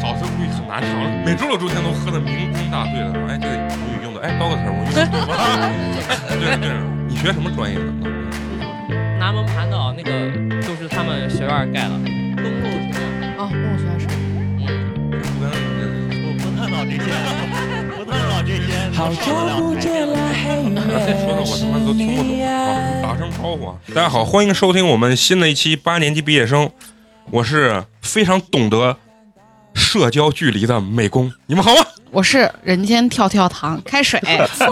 嫂子估计很难尝，每周六周天都喝的酩酊大醉的。哎，这个母语用的，哎，高个词儿我用的。哎，对了对了，你学什么专业的？南门盘道那个就是他们学院盖的，公共学院。哦，跟我学的是。不不探讨这些，不探讨这些。好久不见了，黑说的夜我是他妈都听不懂你啊！呀。打声招呼啊！大家好，欢迎收听我们新的一期八年级毕业生，我是非常懂得社交距离的美工，你们好吗？我是人间跳跳糖开 水，你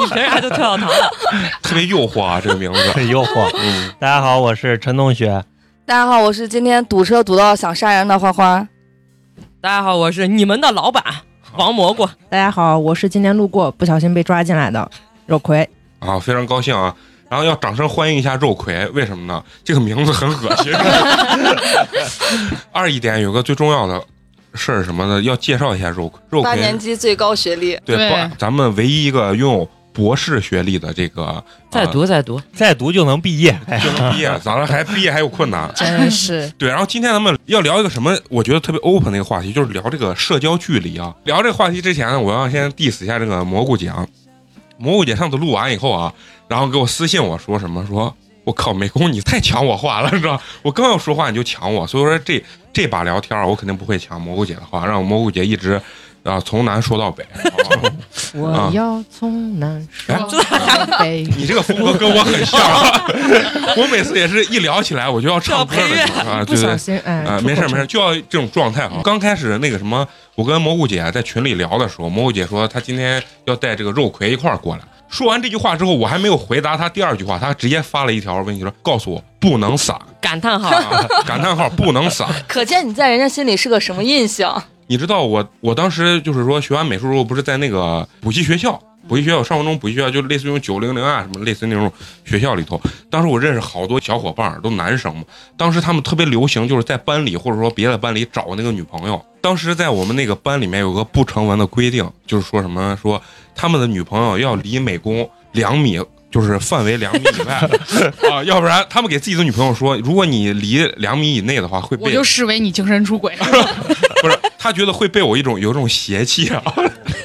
凭啥就跳跳 糖了？特别诱惑啊，这个 名字。很诱惑。嗯，大家好，我是陈同学。大家好，我是今天堵车堵到想杀人的花花。大家好，我是你们的老板王蘑菇。大家好，我是今天路过不小心被抓进来的肉葵。啊，非常高兴啊！然后要掌声欢迎一下肉葵，为什么呢？这个名字很恶心。 二一点有个最重要的事儿什么的，要介绍一下肉葵。肉八年葵级最高学历，对对八，咱们唯一一个拥有博士学历的这个再读哎再读，再读就能毕业，呃就能毕业，咱们还毕业还有困难。真是对，然后今天咱们要聊一个什么？我觉得特别 open 的一个话题，就是聊这个社交距离啊。聊这个话题之前呢，我要先 diss 一下这个蘑菇姐啊。蘑菇姐上次录完以后啊，然后给我私信我说什么说。我靠，美工你太抢我话了，你知道？我刚要说话你就抢我，所以说这这把聊天啊我肯定不会抢蘑菇姐的话，让蘑菇姐一直啊、从南说到北。啊我要从南说到北， 你这个风格跟我很像，啊， 我每次也是一聊起来我就要唱 歌的那种啊，不对对小，心哎，啊、没事儿没事儿，就要这种状态哈。刚开始那个什么，我跟蘑菇姐啊在群里聊的时候，蘑菇姐说她今天要带这个肉葵一块儿过来。说完这句话之后，我还没有回答她第二句话，她直接发了一条问题说：“告诉我不能撒，感叹号，啊、感叹号不能撒。”可见你在人家心里是个什么印象？你知道我我当时就是说学完美术之后，不是在那个补习学校，嗯补习学校上高中补习学校，就类似于九零零啊什么类似于那种学校里头。当时我认识好多小伙伴儿，都男生嘛。当时他们特别流行，就是在班里或者说别的班里找那个女朋友。当时在我们那个班里面有个不成文的规定，就是说什么说他们的女朋友要离美工两米。就是范围两米以 外啊，要不然他们给自己的女朋友说，如果你离两米以内的话，会被我就视为你精神出轨。不是，他觉得会被我一种有一种邪气啊。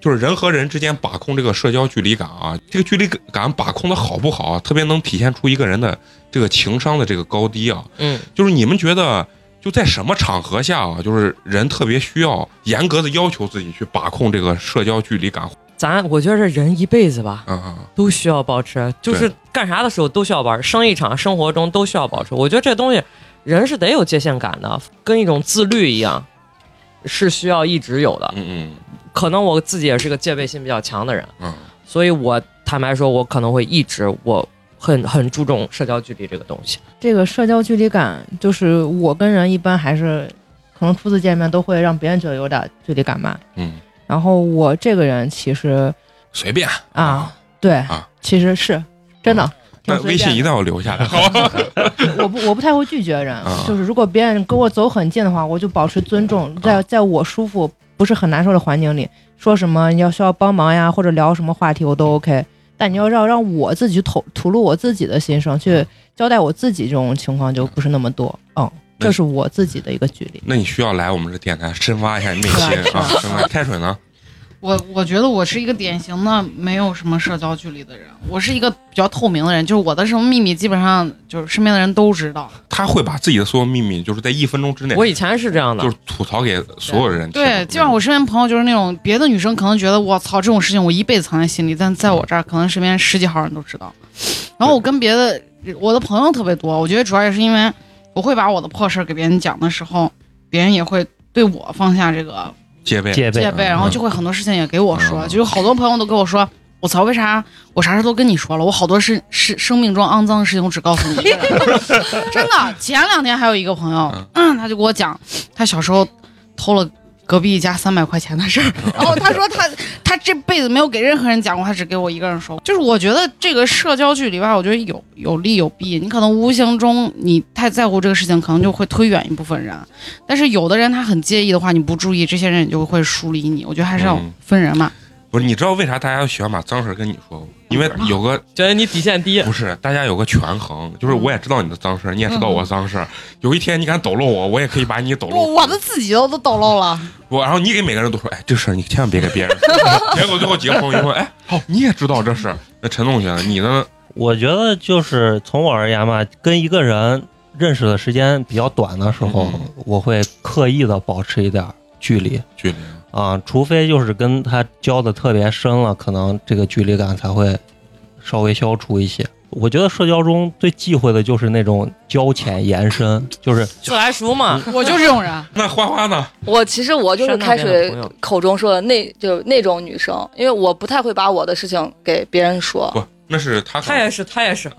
就是人和人之间把控这个社交距离感啊，这个距离感把控的好不好啊，特别能体现出一个人的这个情商的这个高低啊。嗯，就是你们觉得，就在什么场合下啊，就是人特别需要严格的要求自己去把控这个社交距离感啊咱我觉得这人一辈子吧，啊啊都需要保持，就是干啥的时候都需要保持，生意场、生活中都需要保持。我觉得这东西，人是得有界限感的，跟一种自律一样，是需要一直有的。嗯可能我自己也是个戒备心比较强的人，嗯所以我坦白说，我可能会一直我很很注重社交距离这个东西。这个社交距离感，就是我跟人一般还是可能初次见面都会让别人觉得有点距离感吧。嗯嗯，然后我这个人其实随便。啊，对，啊其实是真的。挺那随微便信一定的要留下 来，好吧？我不我不太会拒绝人，啊就是如果别人跟我走很近的话，我就保持尊重，在在我舒服不是很难受的环境里，说什么你要需要帮忙呀，或者聊什么话题我都 OK。但你要让让我自己吐吐露我自己的心声，啊去交代我自己这种情况就不是那么多。嗯，这是我自己的一个距离。那你需要来我们这电台深挖一下你内心 是吧啊，深挖。开水呢？我我觉得我是一个典型的没有什么社交距离的人，我是一个比较透明的人，就是我的什么秘密基本上就是身边的人都知道。他会把自己的所有秘密，就是在一分钟之内，我以前是这样的，就是吐槽给所有人听。对，就像我身边朋友就是那种别的女生可能觉得我操这种事情我一辈子藏在心里，但在我这儿可能身边十几号人都知道。然后我跟别的我的朋友特别多，我觉得主要也是因为我会把我的破事儿给别人讲的时候，别人也会对我放下这个戒备，戒备戒备，然后就会很多事情也给我说，嗯就有好多朋友都跟我说。我操！为啥我啥事都跟你说了？我好多事事生命中肮脏的事情，我只告诉你一个人。 真的，前两天还有一个朋友，嗯，他就给我讲，他小时候偷了隔壁一家三百块钱的事儿。然后他说他他这辈子没有给任何人讲过，他只给我一个人说过。就是我觉得这个社交距离吧，我觉得有有利有弊。你可能无形中你太在乎这个事情，可能就会推远一部分人。但是有的人他很介意的话，你不注意，这些人也就会疏离你。我觉得还是要嗯分人嘛。不是，你知道为啥大家喜欢把脏事儿跟你说吗？因为有个嗯觉得你底线低，不是，大家有个权衡，就是我也知道你的脏事儿，你也知道我脏事儿。有一天你敢抖落我，我也可以把你抖嗯我落。我的自己都都抖漏了，我然后你给每个人都说，哎，这事儿你千万别给别人说。 结果最后结婚以后，哎，好，你也知道这事儿。那陈同学呢，你呢？我觉得就是从我而言吧，跟一个人认识的时间比较短的时候，我会刻意的保持一点儿距离距离啊，除非就是跟他交的特别深了，可能这个距离感才会稍微消除一些。我觉得社交中最忌讳的就是那种交浅言深，就是自来熟嘛。我就这种人。那花花呢？我其实我就是开水口中说的那就那种女生，因为我不太会把我的事情给别人说，不，那是他可他能也是，他也是，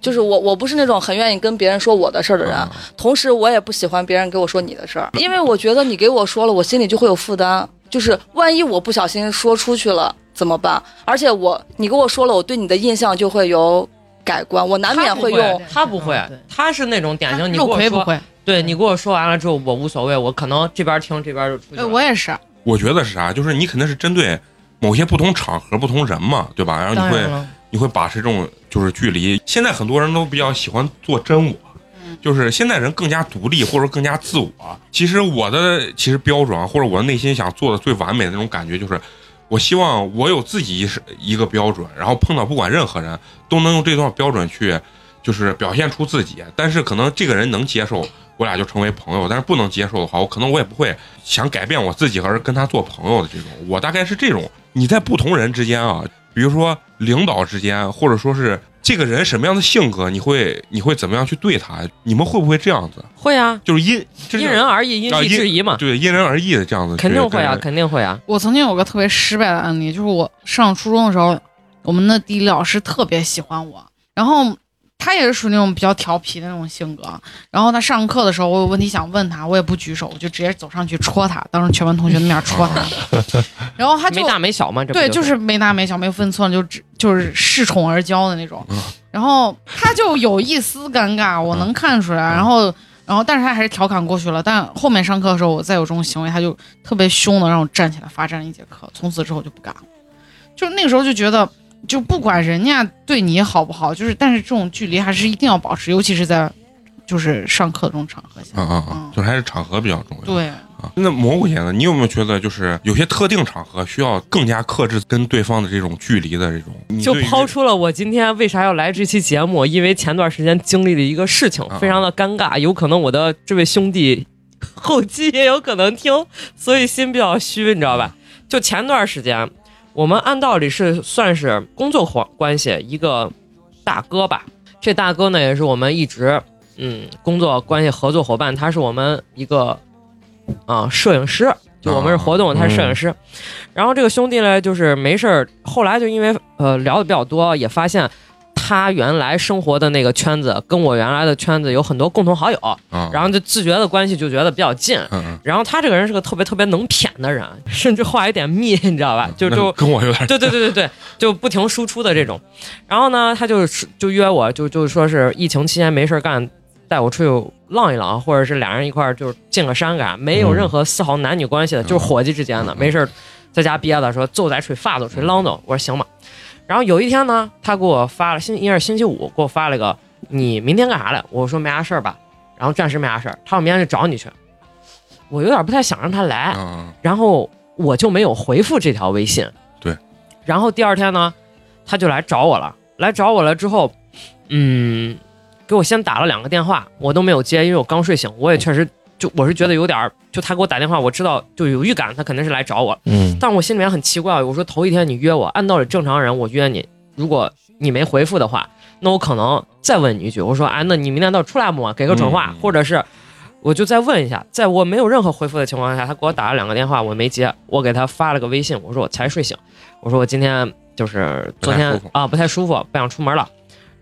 就是我我不是那种很愿意跟别人说我的事儿的人，同时我也不喜欢别人给我说你的事儿，因为我觉得你给我说了，我心里就会有负担，就是万一我不小心说出去了怎么办？而且我你跟我说了，我对你的印象就会有改观，我难免他不会用他不会，他是那种典型，你给肉我葵不说，会，对你给我说完了之后，我无所谓，我可能这边听这边就出去对了。我也是。我觉得是啥？就是你肯定是针对某些不同场合、不同人嘛，对吧？然后当啊你然会了，你会把持这种就是距离。现在很多人都比较喜欢做真我。就是现在人更加独立，或者说更加自我。其实我的其实标准啊，或者我内心想做的最完美的那种感觉，就是我希望我有自己一是一个标准，然后碰到不管任何人都能用这段标准去，就是呃表现出自己。但是可能这个人能接受，我俩就成为朋友；但是不能接受的话，我可能我也不会想改变我自己而跟他做朋友的这种。我大概是这种。你在不同人之间啊，比如说领导之间，或者说是这个人什么样的性格，你会你会怎么样去对他？你们会不会这样子？会啊，就是因这是因人而异，因啊地制宜嘛，对因人而异的这样子去肯跟定人，会啊，肯定会啊。我曾经有个特别失败的案例，就是我上初中的时候，我们的地理老师特别喜欢我，然后他也是属于那种比较调皮的那种性格。然后他上课的时候，我有问题想问他，我也不举手，我就直接走上去戳他，当着全班同学的面戳他。然后他就没大没小嘛，这不对，就是是没大没小、没分寸，就只就是恃宠而骄的那种。然后他就有一丝尴尬，我能看出来。然后，然后，但是他还是调侃过去了。但后面上课的时候，我再有这种行为，他就特别凶的让我站起来罚站一节课。从此之后就不敢了。就那个时候就觉得，就不管人家对你好不好，就是但是这种距离还是一定要保持，尤其是在就是上课这种场合下。啊啊啊嗯！就是还是场合比较重要。对，啊，那蘑菇姐呢？你有没有觉得就是有些特定场合需要更加克制跟对方的这种距离的这种？你就对于抛出了我今天为啥要来这期节目，因为前段时间经历了一个事情啊，非常的尴尬，有可能我的这位兄弟后期也有可能听，所以心比较虚，你知道吧？就前段时间，我们按道理是算是工作伙关系，一个大哥吧，这大哥呢也是我们一直嗯工作关系合作伙伴，他是我们一个啊摄影师，就我们是活动，啊他是摄影师。然后这个兄弟呢，就是没事儿，后来就因为呃聊的比较多，也发现他原来生活的那个圈子跟我原来的圈子有很多共同好友，啊，然后就自觉的关系就觉得比较近。嗯嗯，然后他这个人是个特别特别能谝的人，甚至话有点密，你知道吧？啊就那就跟我有点对对对对对，就不停输出的这种。然后呢，他就是就约我，就就说是疫情期间没事儿干，带我出去浪一浪，或者是俩人一块儿就是进个山干，没有任何丝毫男女关系的，就是伙计之间的，没事儿在家憋的，说就在吹发抖吹啷叨，我说行吧。然后有一天呢，他给我发了星应该是星期五给我发了个你明天干啥来？我说没啥事儿吧，然后暂时没啥事儿。他说明天去找你去，我有点不太想让他来，啊，然后我就没有回复这条微信。对，然后第二天呢，他就来找我了，来找我了之后，嗯，给我先打了两个电话，我都没有接，因为我刚睡醒，我也确实就我是觉得有点儿，就他给我打电话，我知道就有预感他肯定是来找我了，嗯，但我心里面很奇怪，我说头一天你约我，按道理正常人我约你，如果你没回复的话，那我可能再问你一句，我说啊，那你明天到底出来不？啊给个准话，嗯或者是我就再问一下，在我没有任何回复的情况下，他给我打了两个电话，我没接，我给他发了个微信，我说我才睡醒，我说我今天就是昨天不太舒服啊不太舒服，不想出门了，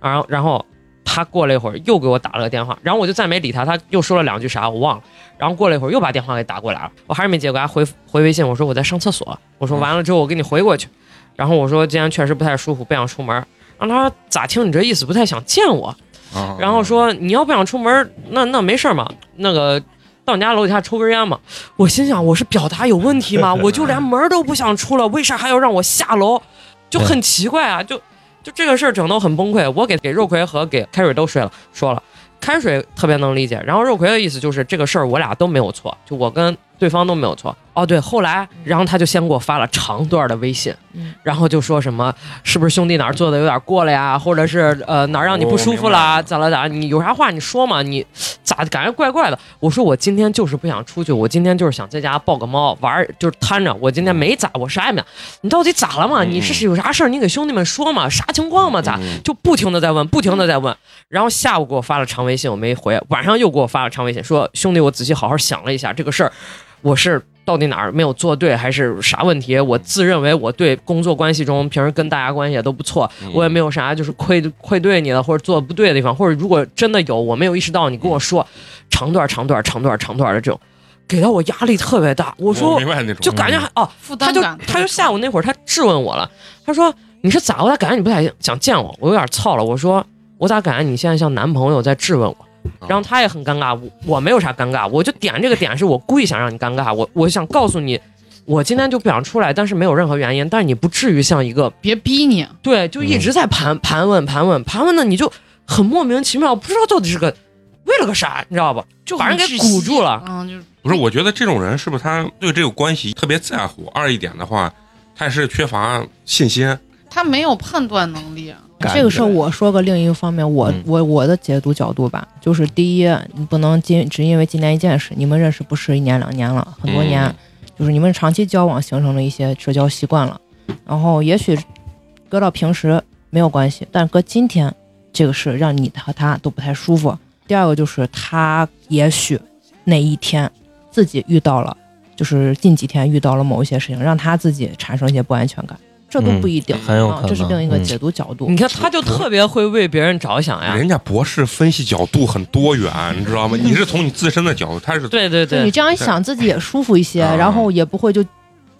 然后然后。他过了一会儿又给我打了个电话，然后我就再没理他，他又说了两句啥我忘了。然后过了一会儿又把电话给打过来了，我还是没接，我给他回回微信，我说我在上厕所，我嗯说完了之后我给你回过去。然后我说今天确实不太舒服，不想出门。然后他说咋听你这意思不太想见我？啊然后说你要不想出门，那那没事儿嘛，那个到你家楼底下抽根烟嘛。我心想我是表达有问题吗？我就连门儿都不想出了，为啥还要让我下楼？就很奇怪啊，就就这个事儿整得我很崩溃。我给给肉葵和给开水都睡了说了，开水特别能理解，然后肉葵的意思就是这个事儿我俩都没有错，就我跟对方都没有错。哦对，后来然后他就先给我发了长段的微信，然后就说什么是不是兄弟哪儿做的有点过了呀，或者是呃哪儿让你不舒服啦，咋了咋了？你有啥话你说嘛，你咋感觉怪怪的？我说我今天就是不想出去，我今天就是想在家抱个猫玩儿，就是瘫着。我今天没咋，我啥也没咋。你到底咋了嘛？你是有啥事儿你给兄弟们说嘛？啥情况嘛？咋嗯就不停的在问，不停的在问。然后下午给我发了长微信，我没回，晚上又给我发了长微信，说兄弟，我仔细好好想了一下这个事儿，我是。到底哪儿没有做对，还是啥问题？我自认为我对工作关系中平时跟大家关系也都不错，嗯我也没有啥就是愧愧对你的或者做的不对的地方，或者如果真的有我没有意识到，你嗯跟我说长段儿长段儿长段儿长段儿的这种，给到我压力特别大。我说我明白嗯那种就感觉还哦，负他担就感他就下午那会儿他质问我了，他说你是咋？我咋感觉你不太想见我？我有点操了。我说我咋感觉你现在像男朋友在质问我？嗯然后他也很尴尬，我我没有啥尴尬，我就点这个点是我故意想让你尴尬，我我想告诉你，我今天就不想出来，但是没有任何原因，但是你不至于像一个别逼你，对，就一直在盘盘问盘问盘问的，你就很莫名其妙，不知道到底是个为了个啥，你知道吧？就把人给很窒息鼓住了。嗯，就是不是，我觉得这种人是不是他对这个关系特别在乎？二一点的话，他也是缺乏信心。他没有判断能力。感这个觉事儿，我说个另一方面，我、嗯我我的解读角度吧，就是第一，你不能今只因为今年一件事，你们认识不是一年两年了，很多年，嗯就是你们长期交往形成了一些社交习惯了，然后也许搁到平时没有关系，但是搁今天这个事让你和他都不太舒服。第二个就是他也许那一天自己遇到了，就是近几天遇到了某一些事情，让他自己产生一些不安全感，这都不一定，嗯很有啊可，这是能另一个嗯解读角度。你看，他就特别会为别人着想哎呀。人家博士分析角度很多元，你知道吗？你是从你自身的角度，他是对对就对你，这样一想，自己也舒服一些，啊然后也不会就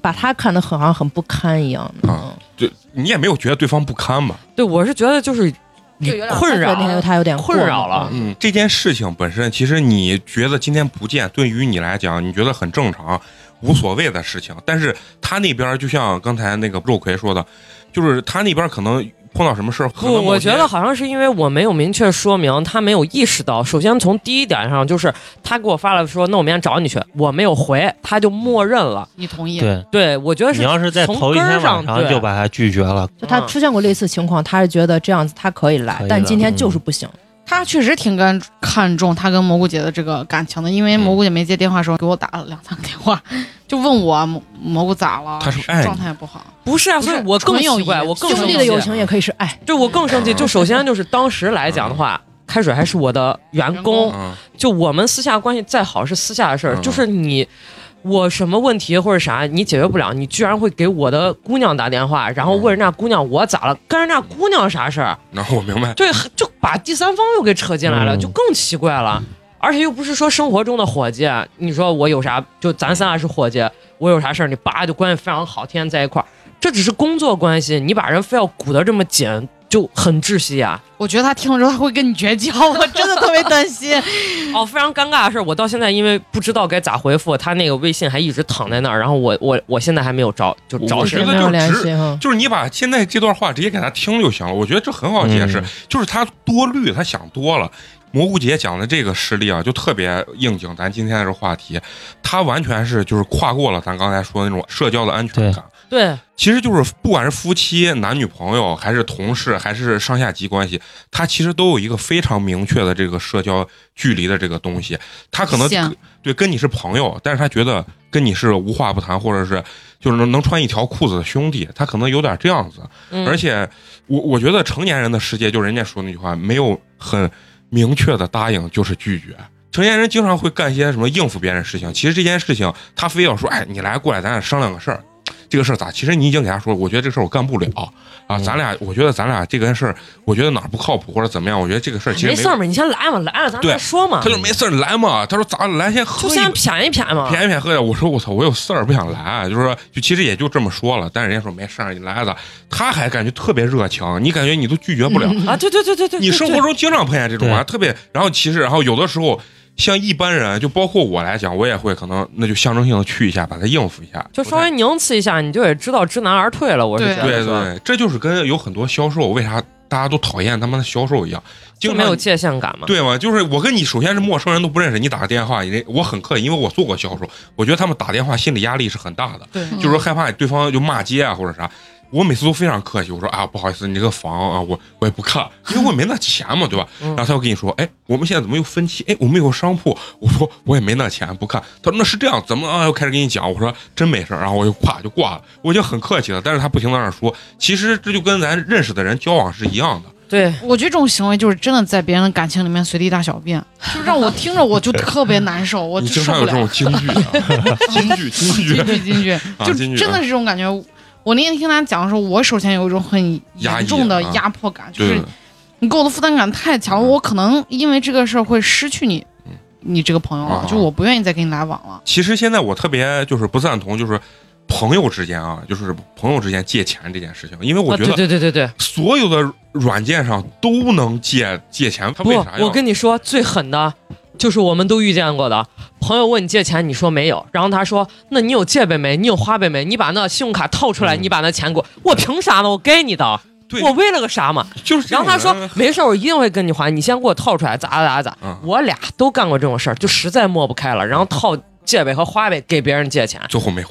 把他看得很好像很不堪一样。嗯啊，对你也没有觉得对方不堪吧？对我是觉得就是就有点困扰那天他有点过困扰了。嗯，这件事情本身，其实你觉得今天不见，对于你来讲，你觉得很正常，无所谓的事情。但是他那边就像刚才那个肉葵说的，就是他那边可能碰到什么事儿，可不，能某我些觉得好像是因为我没有明确说明，他没有意识到。首先从第一点上，就是他给我发了说，那我明天找你去，我没有回，他就默认了。你同意？对，对，我觉得是你要是在从头一根儿天晚上上对就把他拒绝了，就嗯他出现过类似情况，他是觉得这样子他可以来，可以但的今天就是不行。他确实挺跟看重他跟蘑菇姐的这个感情的，嗯因为蘑菇姐没接电话的时候给我打了两三个电话， 就问我蘑蘑菇咋了，他是爱你状态不好，不是啊，不是所以我更纯友奇谊怪，我更兄生弟的气友情也可以是哎爱，对我更生气。就首先就是当时来讲 的话，开水还是我的员员工工，嗯就我们私下关系再好是私下的事儿，嗯就是你我什么问题或者啥你解决不了，你居然会给我的姑娘打电话，然后问人家姑娘我咋了，跟人家姑娘啥事儿？然后我明白，对，就把第三方又给扯进来了，嗯就更奇怪了。而且又不是说生活中的伙计，你说我有啥？就咱仨是伙计，我有啥事儿，你叭就关系非常好，天天在一块儿。这只是工作关系，你把人非要鼓得这么紧，就很窒息啊！我觉得他听了之后他会跟你绝交， 我真的特别担心。 哦，非常尴尬的事儿，我到现在因为不知道该咋回复，他那个微信还一直躺在那儿，然后我我我现在还没有找哦就找我谁觉得也就没有是联系嗯哈。就是你把现在这段话直接给他听就行了，我觉得这很好解释，嗯哦就是他多虑，他想多了。蘑菇姐讲的这个事例啊，就特别应景咱今天的这话题，他完全是就是跨过了咱刚才说的那种社交的安全感。对，其实就是不管是夫妻、男女朋友，还是同事，还是上下级关系，他其实都有一个非常明确的这个社交距离的这个东西。他可能线跟对跟你是朋友，但是他觉得跟你是无话不谈，或者是就是能能穿一条裤子的兄弟，他可能有点这样子。嗯、而且我我觉得成年人的世界，就人家说那句话，没有很明确的答应就是拒绝。成年人经常会干一些什么应付别人的事情，其实这件事情他非要说，哎，你来过来，咱俩商量个事儿。这个事儿咋？其实你已经给他说，我觉得这事儿我干不了啊。嗯咱俩，我觉得咱俩这个事儿，我觉得哪儿不靠谱或者怎么样，我觉得这个事儿其实没事儿嘛，你先来嘛，来了咱对再说嘛。他就没事儿来嘛，他说咋来先喝就一先杯谝一谝嘛，便宜便宜喝点。我说我操，我有事儿不想来，啊就是说，就其实也就这么说了。但是人家说没事儿，你来了。他还感觉特别热情，你感觉你都拒绝不了、啊！对对对对对，你对生对活中经常碰见这种啊，特别。然后其实，然后有的时候，像一般人，啊就包括我来讲，我也会可能那就象征性的去一下，把它应付一下。就稍微拧刺一下，你就也知道知难而退了。我是觉得对是吧对，这就是跟有很多销售为啥大家都讨厌他妈的销售一样，就经没有常界限感嘛。对嘛，就是我跟你首先是陌生人都不认识，你打个电话，人我很客气，因为我做过销售，我觉得他们打电话心理压力是很大的，对就是说害怕 对方就骂街啊或者啥。我每次都非常客气，我说啊不好意思，你这个房啊我我也不看，因为我也没那钱嘛，对吧？嗯然后他又跟你说，哎，我们现在怎么又分期？哎，我们有商铺，我说我也没那钱，不看。他说那是这样，怎么啊？又开始跟你讲，我说真没事儿，然后我就咵就挂了。我已经很客气了，但是他不停地在那儿说，其实这就跟咱认识的人交往是一样的。对，我觉得这种行为就是真的在别人的感情里面随地大小便， 就让我听着我就特别难受，我你就经常受不有这种了。金 句啊，金句金句进去进去， 啊就进去啊真的是这种感觉。我那天听他讲的时候，我首先有一种很压抑严重的啊压迫感，就对是你给我的负担感太嗯强了，我可能因为这个事儿会失去你，你这个朋友啊了，就我不愿意再跟你来往了。其实现在我特别就是不赞同，就是朋友之间啊，就是朋友之间借钱这件事情，因为我啊觉对对得对对对，所有的软件上都能借借钱，他不为啥，要？我跟你说最狠的。就是我们都遇见过的，朋友问你借钱，你说没有，然后他说：“那你有借呗没？你有花呗没？你把那信用卡套出来，你把那钱给我，我凭啥呢？我给你的，嗯对我为了个啥嘛？”就是这然种后他说人：“啊没事儿，我一定会跟你还，你先给我套出来，咋咋咋咋。嗯我俩都干过这种事儿，就实在抹不开了，然后套借呗和花呗给别人借钱，最后没还，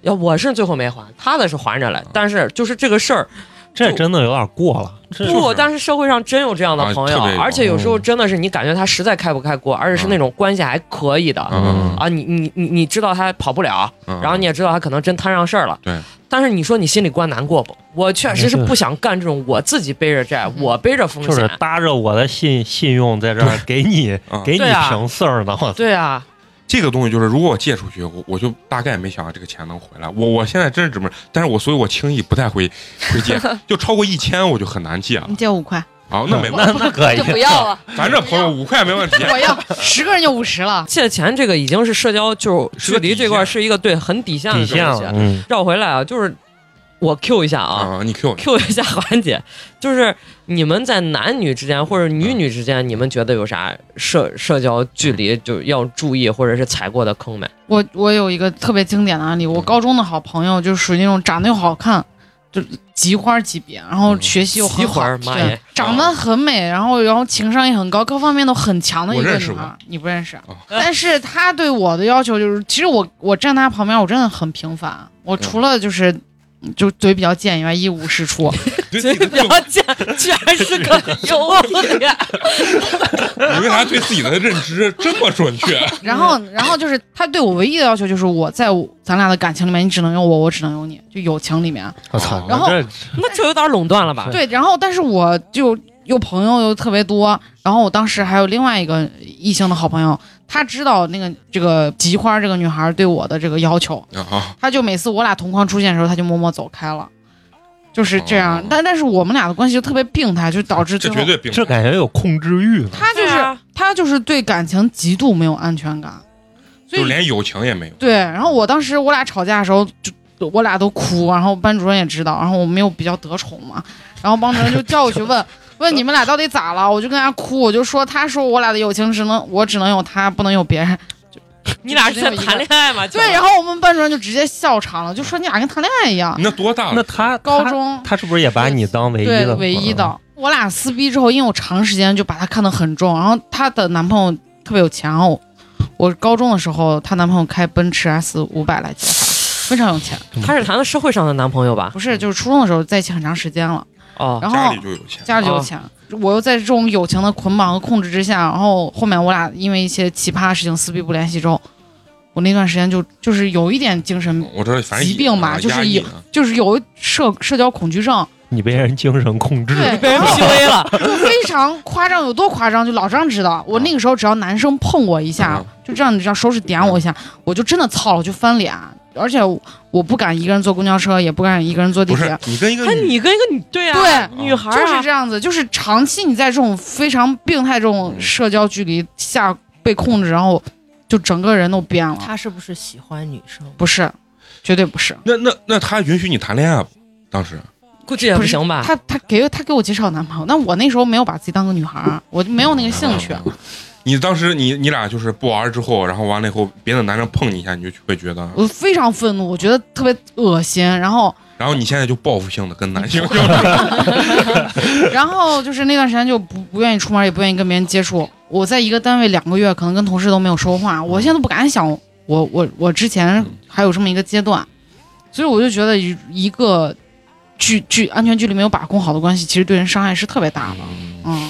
要我是最后没还，他的是还着嗯了，但是就是这个事儿，这真的有嗯点过了。这不，但是社会上真有这样的朋友啊特别，有而且有时候真的是你感觉他实在开不开锅，而嗯且是那种关系还可以的嗯啊，你你你你知道他跑不了，嗯然后你也知道他可能真摊上事儿了，对，但是你说你心里关难过不？我确实是不想干这种，我自己背着债，我背着风嗯就是险，搭着我的信信用在这儿给你啊给你对啊平事儿呢，我操对啊，这个东西就是，如果我借出去，我我就大概没想到这个钱能回来。我我现在真是这么，但是我所以，我轻易不太会会 借，就超过一千我就很难借了嗯你。借 五块，好，那没问那那可以就，不要啊 了。题，咱这朋友五块没问题。我要十个人就五十了。借钱这个已经是社交就是是距离这块底线儿是一个对很底线的底线东西了，。嗯，绕回来啊，就是我 Q 一下啊，啊，你 Q 我 Q 一下环节，就是你们在男女之间或者女女之间，你们觉得有啥社社交距离就要注意，或者是踩过的坑没？我我有一个特别经典的案嗯例，我高中的好朋友就属于那种长得又好看，就是级花级别，然后嗯学习又很级好，花儿妈耶对，长得很美，然后然后情商也很高，各方面都很强的一我哦个认识女过孩。你不认识，啊 但是她对我的要求就是，其实我我站她旁边，我真的很平凡，啊嗯我除了就是。嗯就嘴比较贱以外，一无是处。 嘴比较贱，居然是个优点。你为啥对自己的认知这么准 确？然后，然后就是她对我唯一的要求就是，我在我咱俩的感情里面，你只能有我，我只能有你，就友情里面。我操，然后这那这有点垄断了吧？对，然后但是我就有朋友又特别多，然后我当时还有另外一个异性的好朋友，他知道那个这个菊花这个女孩对我的这个要求，啊，他就每次我俩同框出现的时候，他就默默走开了，就是这样。哦但但是我们俩的关系就特别病态，就导致这最后绝对并不这感觉有控制欲呢。他就是、对啊他就是对感情极度没有安全感，所就以连友情也没有。对，然后我当时我俩吵架的时候就。我俩都哭，然后班主任也知道，然后我没有比较得宠嘛，然后班主任就叫我去问问你们俩到底咋了，我就跟他哭，我就说他说我俩的友情只能我只能有他，不能有别人。 你俩是在谈恋爱吗？对，然后我们班主任就直接笑场了，就说你俩跟谈恋爱一样嗯你。那多大了？那他高他中他是不是也把你当唯一对的唯一朋友？的，我俩撕逼之后，因为我长时间就把她看得很重，然后她的男朋友特别有钱，然后我我高中的时候，她男朋友开奔驰 S 五百来接她，非常有钱。他是谈的社会上的男朋友吧？不是，就是初中的时候在一起很长时间了，哦，然家后里就有钱。家里哦就有钱，我又在这种友情的捆绑和控制之下，然后后面我俩因为一些奇葩的事情撕逼不联系之后，我那段时间就就是有一点精神，我知道，反正疾病嘛啊就是压抑有啊就是有社社交恐惧症，你被人精神控制，对，被人 PUA 了，就 非常夸张，有多夸张？就老张知道，我那个时候只要男生碰我一嗯下，就这样，你知道手指点我一下，我就真的操了，我就翻脸，啊而且我不敢一个人坐公交车，也不敢一个人坐地不铁是，你跟一个那女你跟一个女对啊，对女孩就儿是啊这样子，就是长期你在这种非常病态这种社交距离下被控制，然后就整个人都变了。他是不是喜欢女生？不是，绝对不是。那那那他允许你谈恋爱不？当时估计也不行吧？他他给他给我介绍男朋友，但我那时候没有把自己当个女孩儿，我就没有那个兴趣。嗯你当时你你俩就是不玩儿之后，然后完了以后，别的男生碰你一下，你就会觉得，我非常愤怒，我觉得特别恶心。然后，然后你现在就报复性的跟男性然后就是那段时间就不不愿意出门，也不愿意跟别人接触。我在一个单位两个月，可能跟同事都没有说话。我现在都不敢想，我我我之前还有这么一个阶段，所以我就觉得一一个距距安全距离没有把控好的关系，其实对人伤害是特别大的。嗯，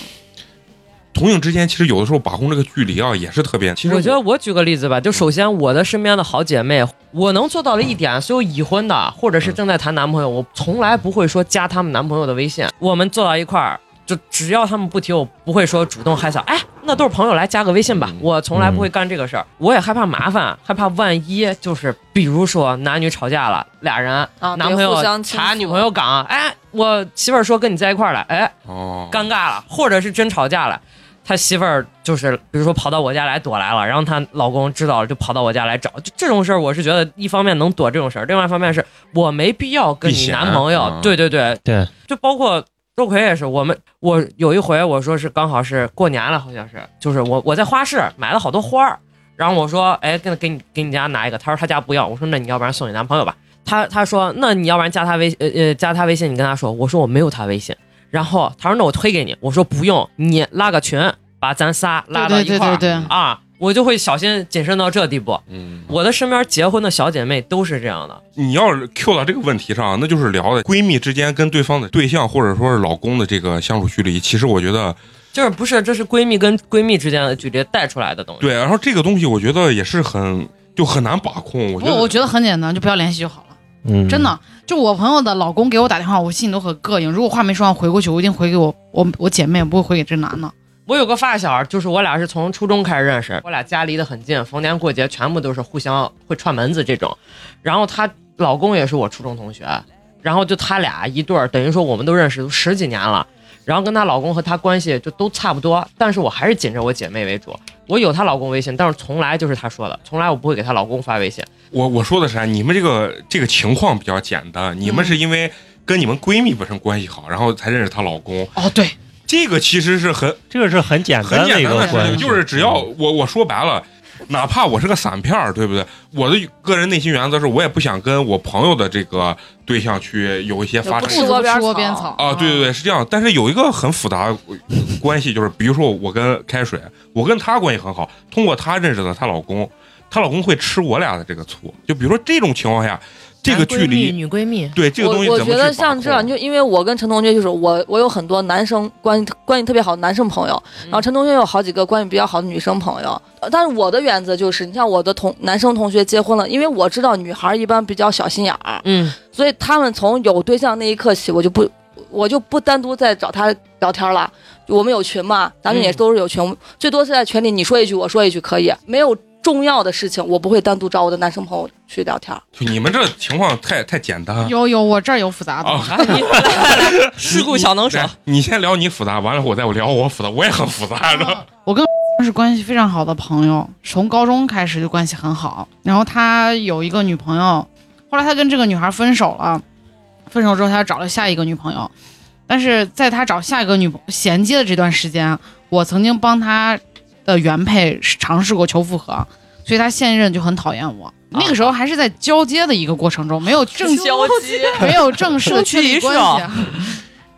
同性之间，其实有的时候把控这个距离啊，也是特别。其实我觉得我举个例子吧，就首先我的身边的好姐妹，我能做到的一点，所有已婚的或者是正在谈男朋友，我从来不会说加他们男朋友的微信，我们坐到一块儿。就只要他们不提，我不会说主动嗨撒，哎，那都是朋友来加个微信嗯吧。我从来不会干这个事儿，我也害怕麻烦，害怕万一就是比如说男女吵架了，俩人、啊男别朋友互相倾查诉女朋友岗，哎，我媳妇儿说跟你在一块儿了，哎，哦，尴尬了，或者是真吵架了，他媳妇儿就是比如说跑到我家来躲来了，然后她老公知道了就跑到我家来找，就这种事儿，我是觉得一方面能躲这种事儿，另外一方面是我没必要跟避你嫌男朋友嗯，对对对，对，就包括周奎也是，我们我有一回我说是刚好是过年了，好像是，就是我我在花市买了好多花儿，然后我说，哎，给给你给你家拿一个，他说他家不要，我说那你要不然送你男朋友吧，他他说那你要不然加他微呃呃加他微信，你跟他说，我说我没有他微信，然后他说那我推给你，我说不用，你拉个群把咱仨拉到对一块对儿对对对，啊，我就会小心谨慎到这地步。嗯，我的身边结婚的小姐妹都是这样的，你要是 Q 到这个问题上，那就是聊的闺蜜之间跟对方的对象或者说是老公的这个相处距离。其实我觉得就是不是这是闺蜜跟闺蜜之间的距离带出来的东西。对，然后这个东西我觉得也是很就很难把控。我觉不，我得觉得很简单，就不要联系就好了。嗯，真的，就我朋友的老公给我打电话，我心里都很膈应。如果话没说完回过去，我一定回给我我我姐妹，不会回给这男的。我有个发小，就是我俩是从初中开始认识，我俩家离得很近，逢年过节全部都是互相会串门子这种。然后她老公也是我初中同学，然后就他俩一对儿，等于说我们都认识十几年了。然后跟她老公和她关系就都差不多，但是我还是谨着我姐妹为主。我有她老公微信，但是从来就是她说的，从来我不会给她老公发微信。我我说的是啥？啊你们这个这个情况比较简单，你嗯们是因为跟你们闺蜜本身关系好，然后才认识她老公。哦，对，这个其实是很这个是很简很单的简一单个的事关情，系，嗯就是只要我我说白了，哪怕我是个散片儿，对不对？我的个人内心原则是我也不想跟我朋友的这个对象去有一些发不展是兔窝子边不草吃窝边草啊，对对对，是这样。但是有一个很复杂的关系，就是比如说我跟开水，我跟她关系很好，通过她认识的她老公，她老公会吃我俩的这个醋。就比如说这种情况下，这个男闺距蜜离，女闺蜜，对这个我东西我怎么觉去得把像这样，控就因为我跟陈同学就是我，我有很多男生关系关系特别好的男生朋友，嗯然后陈同学有好几个关系比较好的女生朋友。呃但是我的原则就是，你像我的同男生同学结婚了，因为我知道女孩一般比较小心眼儿，嗯，所以他们从有对象那一刻起，我就不我就不单独再找他聊天了。我们有群嘛，咱们也嗯都是有群，最多是在群里你说一句我说一句可以，没有重要的事情我不会单独找我的男生朋友去聊天。就你们这情况太太简单。有有，我这儿有复杂的。啊啊你事故小能手来，你先聊你复杂，完了我再聊我复杂，我也很复杂，是吧？我跟是关系非常好的朋友，从高中开始就关系很好。然后他有一个女朋友，后来他跟这个女孩分手了，分手之后他又找了下一个女朋友。但是在他找下一个女朋衔接的这段时间，我曾经帮他的原配尝试过求复合，所以他现任就很讨厌我。那个时候啊还是在交接的一个过程中，没有正交接， 没有正式的确立关系。啊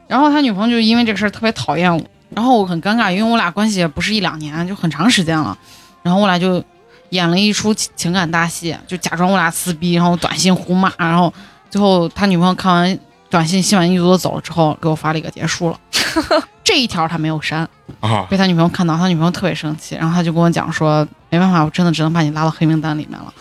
然后他女朋友就因为这个事儿特别讨厌我，然后我很尴尬，因为我俩关系也不是一两年，就很长时间了。然后我俩就演了一出情情感大戏，就假装我俩撕逼，然后短信互骂，然后最后他女朋友看完短信心满意足的走了之后，给我发了一个结束了。这一条他没有删，啊，被他女朋友看到，他女朋友特别生气，然后他就跟我讲说，没办法，我真的只能把你拉到黑名单里面了。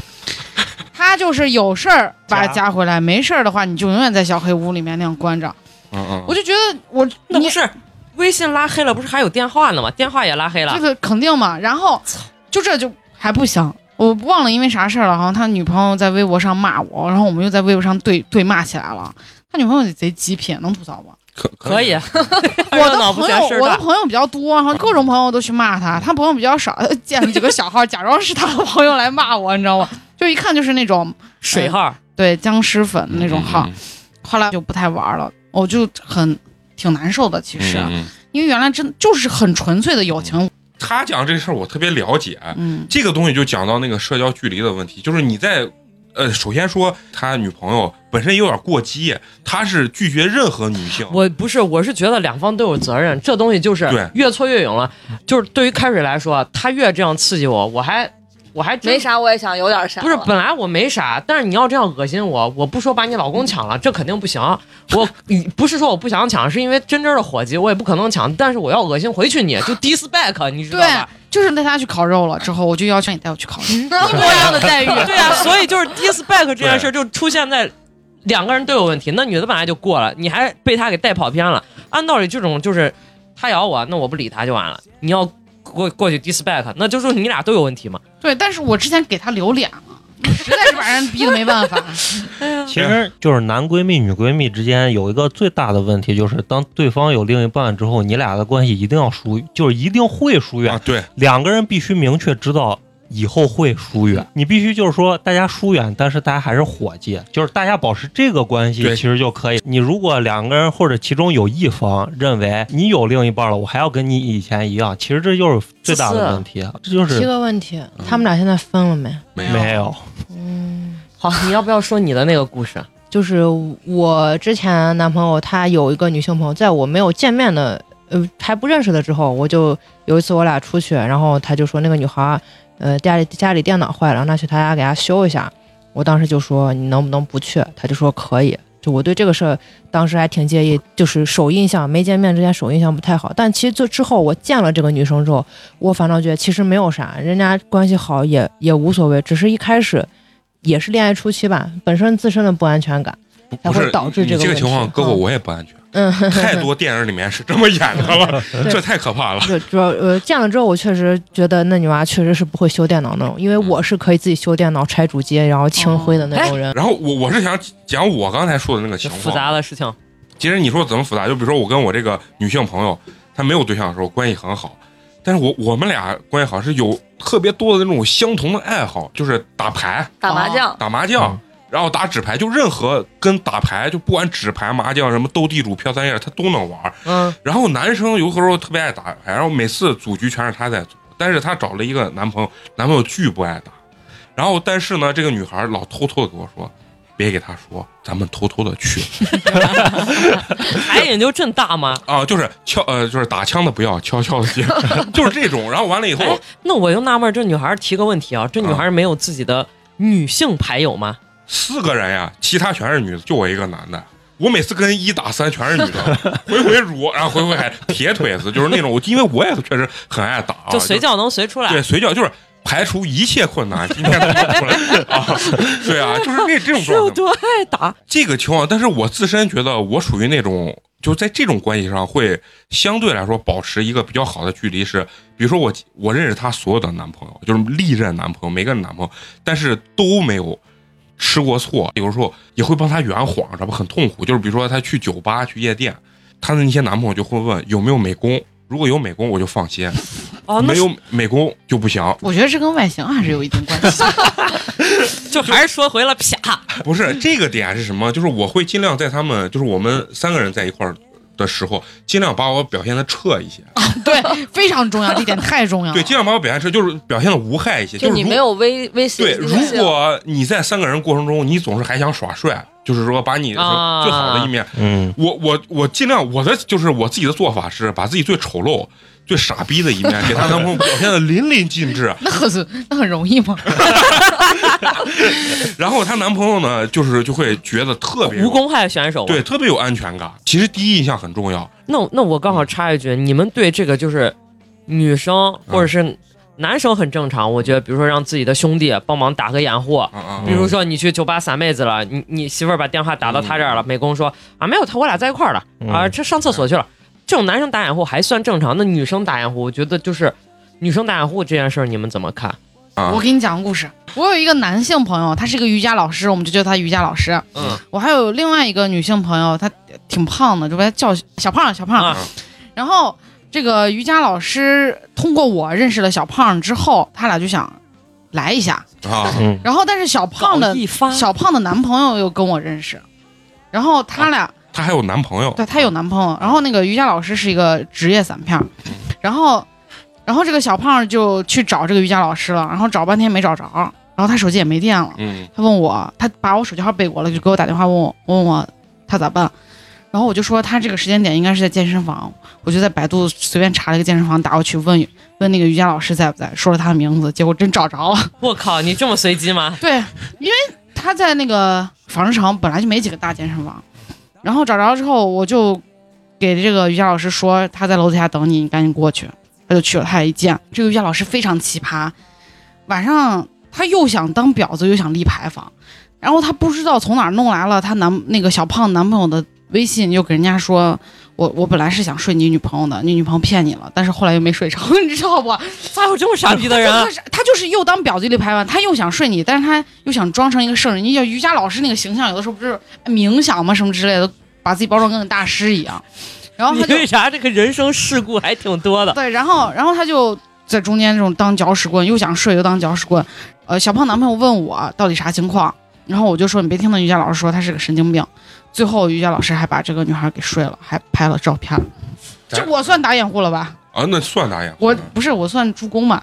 他就是有事儿把他加回来，没事儿的话你就永远在小黑屋里面那样关着。嗯嗯，我就觉得我那不是微信拉黑了，不是还有电话呢吗？电话也拉黑了这，个肯定嘛。然后就这就还不行，我忘了因为啥事儿了，好像他女朋友在微博上骂我，然后我们又在微博上对对骂起来了。他女朋友贼极品，能吐槽吗？可可以。啊啊 我的热闹不朋嫌事友，儿我大的朋友比较多，然后各种朋友都去骂他，他朋友比较少，建了几个小号，假装是他的朋友来骂我，你知道吗？就一看就是那种呃水号，对僵尸粉的那种号嗯，嗯后来就不太玩了，我就很挺难受的，其实，嗯嗯因为原来真就是很纯粹的友情，他讲这事儿我特别了解，嗯这个东西就讲到那个社交距离的问题，就是你在。呃，首先说他女朋友本身有点过激，他是拒绝任何女性，我不是，我是觉得两方都有责任，这东西就是对越挫越勇了。嗯就是对于开水来说，啊他越这样刺激我，我还我还真没。啥，我也想有点啥了。不是，本来我没啥，但是你要这样恶心我，我不说把你老公抢了，这肯定不行。我不是说我不想抢，是因为真真的伙计，我也不可能抢，但是我要恶心回去你，就 dis back，你知道对吧？，就是带他去烤肉了之后，我就要求你带我去烤肉， 一模一样的待遇。啊对 啊，所以就是 dis back 这件事儿就出现在两个人都有问题。那女的本来就过了，你还被他给带跑偏了。按道理这种就是他咬我，那我不理他就完了。你要过过去 dis back，那就是你俩都有问题嘛。对，但是我之前给他留脸了，实在是把人逼的没办 法，其啊实就是男闺蜜、女闺蜜之间有一个最大的问题，就是当对方有另一半之后，你俩的关系一定要疏，就是一定会疏远啊，。对，两个人必须明确知道以后会疏远，你必须就是说大家疏远，但是大家还是伙计，就是大家保持这个关系对其实就可以。你如果两个人或者其中有一方认为你有另一半了，我还要跟你以前一样，其实这就是最大的问题，这就提是个问题，他们俩现在分了没？没没有。嗯，好，你要不要说你的那个故事？就是我之前男朋友他有一个女性朋友，在我没有见面的，呃，还不认识的之后，我就有一次我俩出去，然后他就说那个女孩儿，呃，家里家里电脑坏了，让他去他家给她修一下。我当时就说你能不能不去？他就说可以。就我对这个事儿当时还挺介意，就是首印象没见面之前首印象不太好，但其实就之后我见了这个女生之后，我反倒觉得其实没有啥，人家关系好也也无所谓，只是一开始也是恋爱初期吧，本身自身的不安全感不才不会是导致你这个这个问情况，题搁我嗯我也不安全，嗯，太多电影里面是这么演 的 了，这太可怕了。就主要呃见了之后，我确实觉得那女娃确实是不会修电脑那种，因为嗯我是可以自己修电脑、拆主机，然后清灰的那种人。然后我我是想讲我刚才说的那个这情复况，杂的事情，其实你说怎么复杂，就比如说我跟我这个女性朋友，她没有对象的时候关系很好，但是我我们俩关系好是有特别多的那种相同的爱好，就是打牌、打麻将，打麻将，然后打纸牌，就任何跟打牌就不管纸牌、麻将什么斗地主、飘三叶，她都能玩。嗯，然后男生有的时候特别爱打牌，然后每次组局全是她在组，但是她找了一个男朋友，男朋友巨不爱打。然后但是呢，这个女孩老偷偷的跟我说，别给她说，咱们偷偷的去还引哎就真大吗？啊，就是悄呃，就是打枪的不要，悄悄的进， 就是这种。然后完了以后，哎那我就纳闷儿，这女孩儿提个问题啊，这女孩儿没有自己的女性牌友吗？四个人呀，其他全是女的，就我一个男的。我每次跟一打三全是女的， 回回辱，然后回回还铁腿子，就是那种，我因为我也确实很爱打啊，就随是叫能随出来。对随叫就是排除一切困难，今天打出来 啊，对啊，就是那这种是有状态。多爱打？这个情况，但是我自身觉得我属于那种，就在这种关系上会相对来说保持一个比较好的距离是，比如说我我认识她所有的男朋友，就是历任男朋友，每个男朋友，但是都没有吃过错，有时候也会帮她圆谎，知道吧？很痛苦，就是比如说她去酒吧、去夜店，她的那些男朋友就会问有没有美工，如果有美工我就放心，哦，那没是有美工就不行。我觉得这跟外形还是有一定关系。就还是说回了啪，不是这个点是什么？就是我会尽量在他们，就是我们三个人在一块儿的时候，尽量把我表现的彻一些，啊对，非常重要，这点太重要了。对，尽量把我表现彻，就是表现的无害一些。就是你如没有威威胁对，威如胁。果你在三个人过程中，你总是还想耍帅，就是说把你的啊最好的一面，嗯，我我我尽量我的就是我自己的做法是把自己最丑陋、最傻逼的一面给她男朋友表现的淋漓尽 致。那很那很容易吗？然后她男朋友呢，就是就会觉得特别有无公害选手。对，，特别有安全感。其实第一印象很重要。那我那我刚好插一句，你们对这个就是女生或者是男生很正常，我觉得，比如说让自己的兄弟帮忙打个掩护，嗯比如说你去酒吧撒妹子了，你你媳妇儿把电话打到他这儿了，美工说啊没有他，我俩在一块儿了啊，嗯这上厕所去了。这种男生打掩护还算正常，那女生打掩护，我觉得就是女生打掩护这件事儿，你们怎么看？啊我给你讲个故事，我有一个男性朋友，他是一个瑜伽老师，我们就叫他瑜伽老师。嗯我还有另外一个女性朋友，她挺胖的，就把她叫小胖小胖。啊然后这个瑜伽老师通过我认识了小胖之后，他俩就想来一下。啊嗯，然后但是小胖的搞一发小胖的男朋友又跟我认识，然后他俩、她还有男朋友对她有男朋友，然后那个瑜伽老师是一个职业散片儿，然后然后这个小胖就去找这个瑜伽老师了，然后找半天没找着，然后他手机也没电了，嗯他问我，他把我手机号背过来，就给我打电话问我问我他咋办，然后我就说他这个时间点应该是在健身房，我就在百度随便查了一个健身房打过去问问那个瑜伽老师在不在，说了他的名字，结果真找着了，我靠，你这么随机吗？对，因为他在那个纺织厂本来就没几个大健身房，然后找着之后，我就给这个瑜伽老师说他在楼底下等你，你赶紧过去。他就去了，他也一见这个瑜伽老师非常奇葩，晚上他又想当婊子又想立牌坊，然后他不知道从哪儿弄来了他男那个小胖男朋友的微信，又给人家说。我我本来是想睡你女朋友的，你女朋友骗你了，但是后来又没睡成， 你知道不？咋有这么傻逼的人啊他？是他就是又当婊子立牌坊，他又想睡你，但是他又想装成一个圣人。你像瑜伽老师那个形象，有的时候不是冥想吗？什么之类的，把自己包装跟个大师一样。 然后你他就为啥这个人生事故还挺多的？对，然后然后他就在中间这种当搅屎棍，又想睡又当搅屎棍。呃，小胖男朋友问我到底啥情况，然后我就说你别听那瑜伽老师说他是个神经病。最后瑜伽老师还把这个女孩给睡了，还拍了照片。这我算打掩护了吧？啊，那算啥呀？我不是我算助攻嘛？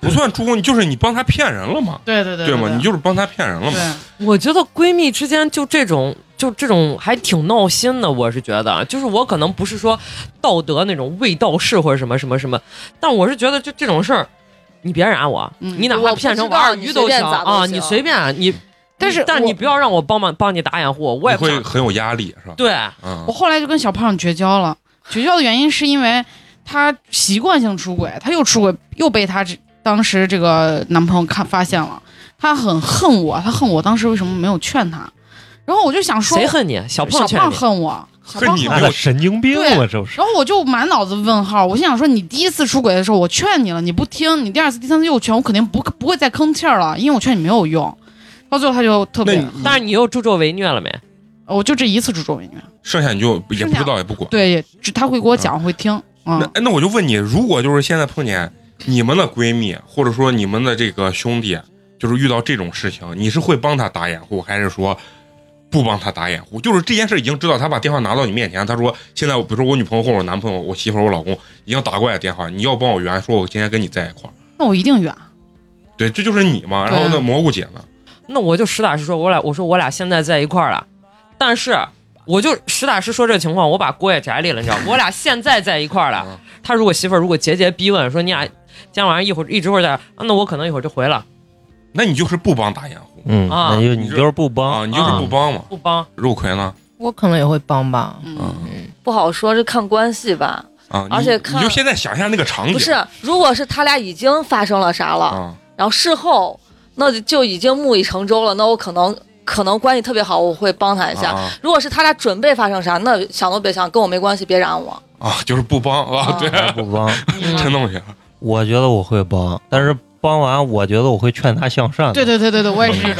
不算助攻，你就是你帮她骗人了嘛，对对对对吗？你就是帮她骗人了嘛。对。我觉得闺蜜之间就这种，就这种还挺闹心的。我是觉得，就是我可能不是说道德那种卫道士或者什么什么什么，但我是觉得就这种事儿，你别染我，嗯你哪我怕不骗成知我道二你鱼随都便行咋都啊，行你随便你。但是但我你不要让我帮忙帮你打掩护，你我也不会想。很有压力是吧？对，嗯我后来就跟小胖绝交了。绝交的原因是因为他习惯性出轨，他又出轨，又被他这当时这个男朋友看发现了，他很恨我，他恨我当时为什么没有劝他。然后我就想说，谁恨你？小胖小劝胖你。恨我，小恨胖你恨没有那我。个哎神经病对了，这不是？然后我就满脑子问号，我心想说，你第一次出轨的时候我劝你了，你不听，你第二次、第三次又劝，我肯定不不会再吭气儿了，因为我劝你没有用。到最后他就特那别，你但是你又助纣为虐了没？我就这一次助纣为虐，剩下你就也不知道也不管。对，也只他会给我讲，会听，嗯那，哎那我就问你，如果就是现在碰见你们的闺蜜，或者说你们的这个兄弟，就是遇到这种事情，你是会帮他打掩护，还是说不帮他打掩护？就是这件事已经知道，他把电话拿到你面前，他说现在我比如说我女朋友或者我男朋友、我媳妇儿、我老公已经打过来电话，你要帮我圆，说我今天跟你在一块儿。那我一定远。对，这就是你嘛。然后对那啊蘑菇姐呢？那我就实打实说，我俩我说我俩现在在一块儿了，但是我就实打实说这情况，我把锅也摘立了，你知道吗，我俩现在在一块儿啊了。他如果媳妇儿如果节节逼问说你俩今天晚上一会儿一直会儿在，啊那我可能一会儿就回了那你就是不帮打掩护嗯，啊那就你就是不帮啊，你就是不帮嘛。不帮。肉葵呢？我可能也会帮吧。嗯，嗯不好说，这看关系吧。啊，你而且你看就现在想一下那个场景，不是，如果是他俩已经发生了啥了，啊，然后事后那就已经木已成舟了，那我可能可能关系特别好，我会帮他一下。啊如果是他俩准备发生啥，那想都别想，跟我没关系，别染我。啊，就是不帮啊，啊对，不帮，陈同学。我觉得我会帮，但是帮完我觉得我会劝他向善。对对对对对，我也 是这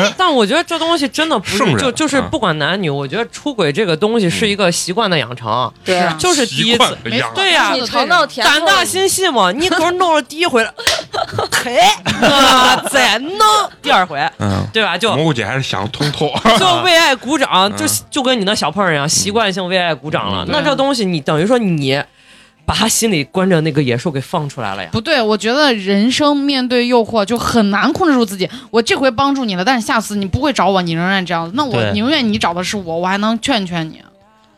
种。但我觉得这东西真的不圣是人就就是啊嗯不管男女，我觉得出轨这个东西是一个习惯的养成，对是啊就是第习一惯次。了没养了对呀你尝到甜胆头大了，心细嘛，你可是弄了第一回了，嘿，啊再弄第二回，嗯，对吧？就蘑菇姐还是想通透，就为爱鼓掌，嗯就就跟你那小胖儿一样，习惯性为爱鼓掌了嗯。那这东西，你等于说你把他心里关着那个野兽给放出来了呀？不对，我觉得人生面对诱惑就很难控制住自己。我这回帮助你了，但是下次你不会找我，你仍然这样子，那我对宁愿你找的是我，我还能劝劝你。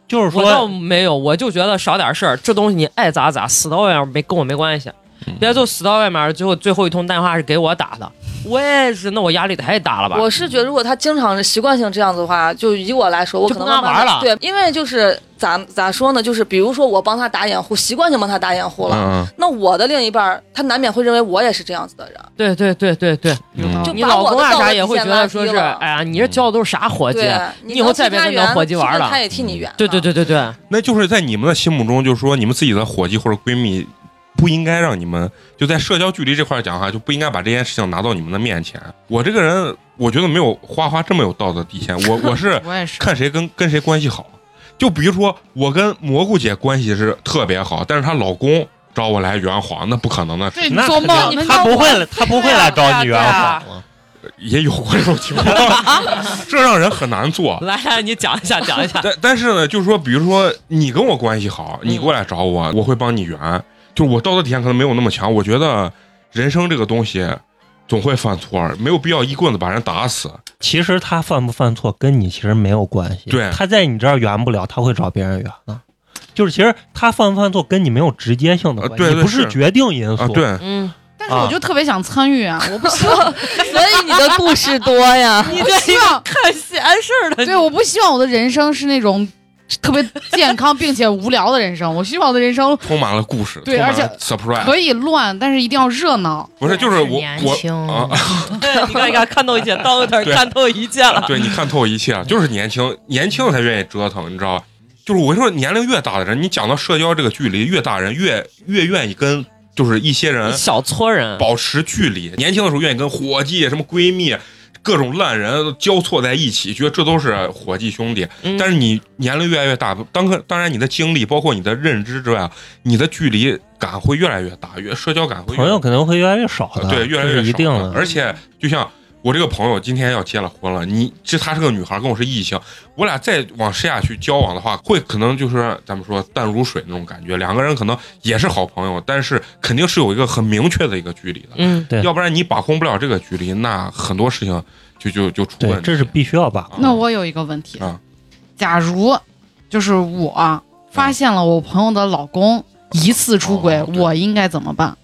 就是我倒说，没有，我就觉得少点事儿，这东西你爱咋咋，死到外面没跟我没关系嗯，别就死到外面，最后最后一通电话是给我打的，我也是，那我压力太大了吧？我是觉得，如果他经常是习惯性这样子的话，就以我来说，我可能就不跟他慢慢玩了对，因为就是咋咋说呢？就是比如说我帮他打掩护，习惯性帮他打掩护了，嗯嗯那 我的另一半儿他难免会认为我也是这样子的人，对对对对对，嗯就你把老我公的啊道德啥底也会觉线得拉说低是，了哎呀，你这交的都是啥伙计对？哎啊以后再别跟那伙计玩了。嗯他也替你圆。对对对对对，那就是在你们的心目中，就是说你们自己的伙计或者闺蜜，不应该让你们就在社交距离这块儿讲哈，就不应该把这件事情拿到你们的面前。我这个人，我觉得没有花花这么有道德底线。我我是我也是看谁跟跟谁关系好。就比如说我跟蘑菇姐关系是特别好，但是她老公找我来圆谎，那不可能的事。对你做梦你们哎他都不会来，他不会来找你圆对谎啊了。也有过这种情况，这让人很难做。来来，你讲一下，讲 一下。但但是呢，就是说，比如说你跟我关系好，你过来找我，我会帮你圆。就是我道德底线可能没有那么强，我觉得人生这个东西总会犯错儿，没有必要一棍子把人打死。啊其实他犯不犯错跟你其实没有关系，对他在你这儿圆不了，他会找别人圆的。就是其实他犯不犯错跟你没有直接性的关系，呃对对你不是是决定因素。啊对嗯，但是我就特别想参与啊，我不希望，所以你的故事多呀我希 望看闲事儿的对，我不希望我的人生是那种特别健康并且无聊的人生，我希望我的 人生充满了故事，对充满了而且哎 surprise 可以乱，但是一定要热闹。不是就是我年我啊，你看你看，看透一切，到那儿对看透一切了。啊对你嗯看透一切，就是年轻，年轻才愿意折腾，你知道吧？就是我跟你说，年龄越大的人，你讲到社交这个距离，越大人越越愿意跟就是一些人小撮人保持距离。年轻的时候愿意跟伙计、什么闺蜜、各种烂人交错在一起，觉得这都是伙计兄弟。嗯但是你年龄越来越大，当个当然你的经历，包括你的认知之外，啊你的距离感会越来越大，越社交感会越朋友肯定会越来越少的，对，越来这越是一少定了的。而且就像我这个朋友今天要结了婚了，你这她是个女孩，跟我是异性，我俩再往深下去交往的话，会可能就是咱们说淡如水那种感觉，两个人可能也是好朋友，但是肯定是有一个很明确的一个距离的，嗯，对要不然你把控不了这个距离，那很多事情就就就出对，问题。这是必须要把那我有一个问题，啊假如就是我发现了我朋友的老公疑似出轨，哦我应该怎么办？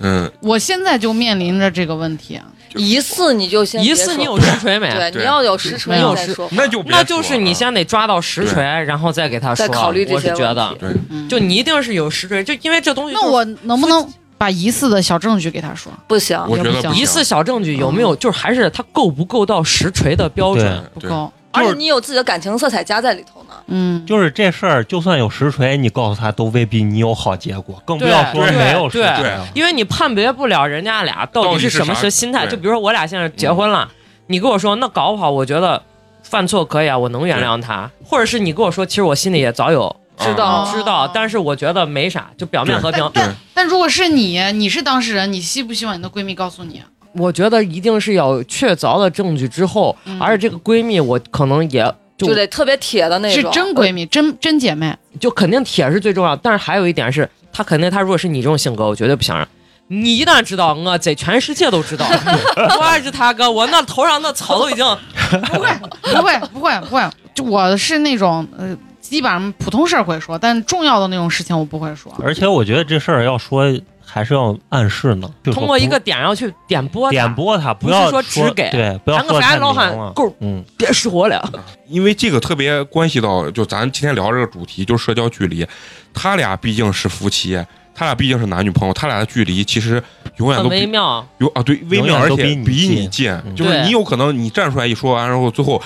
嗯，我现在就面临着这个问题，一次你就先一别次说你有实锤没？对，你要有实锤没有再实说吧。那就别那就是说了你先得抓到实锤，然后再给他说。再考虑这我是些觉得，对，就你一定是有实锤，就因为这东西就是。嗯那我能不能把疑似的小证据给他说？不行，我觉得不疑行似小证据有没嗯有？就是还是它够不够到实锤的标准？不对够，而且你有自己的感情色彩加在里头呢。嗯，就是这事儿，就算有实锤，你告诉他都未必你有好结果，更不对要说对没有实锤对嗯了。因为你判别不了人家俩到到底底是是什么啥是心态。对嗯就比如说我俩现在结婚了，你跟我说那搞不好，我觉得犯错可以啊，我能原谅他，或者是你跟我说，其实我心里也早有知道哦知道，但是我觉得没啥，就表面和平。对但如果是你，你是当事人，你希不希望你的闺蜜告诉你？我觉得一定是要确凿的证据之后，嗯而且这个闺蜜我可能也就就得特别铁的那是种，真闺蜜，真真姐妹。就肯定铁是最重要，但是还有一点是，他肯定他如果是你这种性格，我绝对不想让。你一旦知道，我贼全世界都知道，我日他哥，我那头上那草都已经，不会，不会，不会，不会。就我是那种呃，基本上普通事儿会说，但重要的那种事情我不会说。而且我觉得这事儿要说还是要暗示呢，就是通过一 不个点然后去点拨他点，拨他，不不要是说只给对，不要咱个说啥太老明汉了。够嗯，别说我了。因为这个特别关系到，就咱今天聊这个主题，就是社交距离。他俩毕竟是夫妻，他俩毕竟是男女朋友，他俩的距离其实永远很都比微妙，有啊，对，微永妙，远而都且比你比近你近，嗯就是对你有可能你站出来一说啊完，然后最后，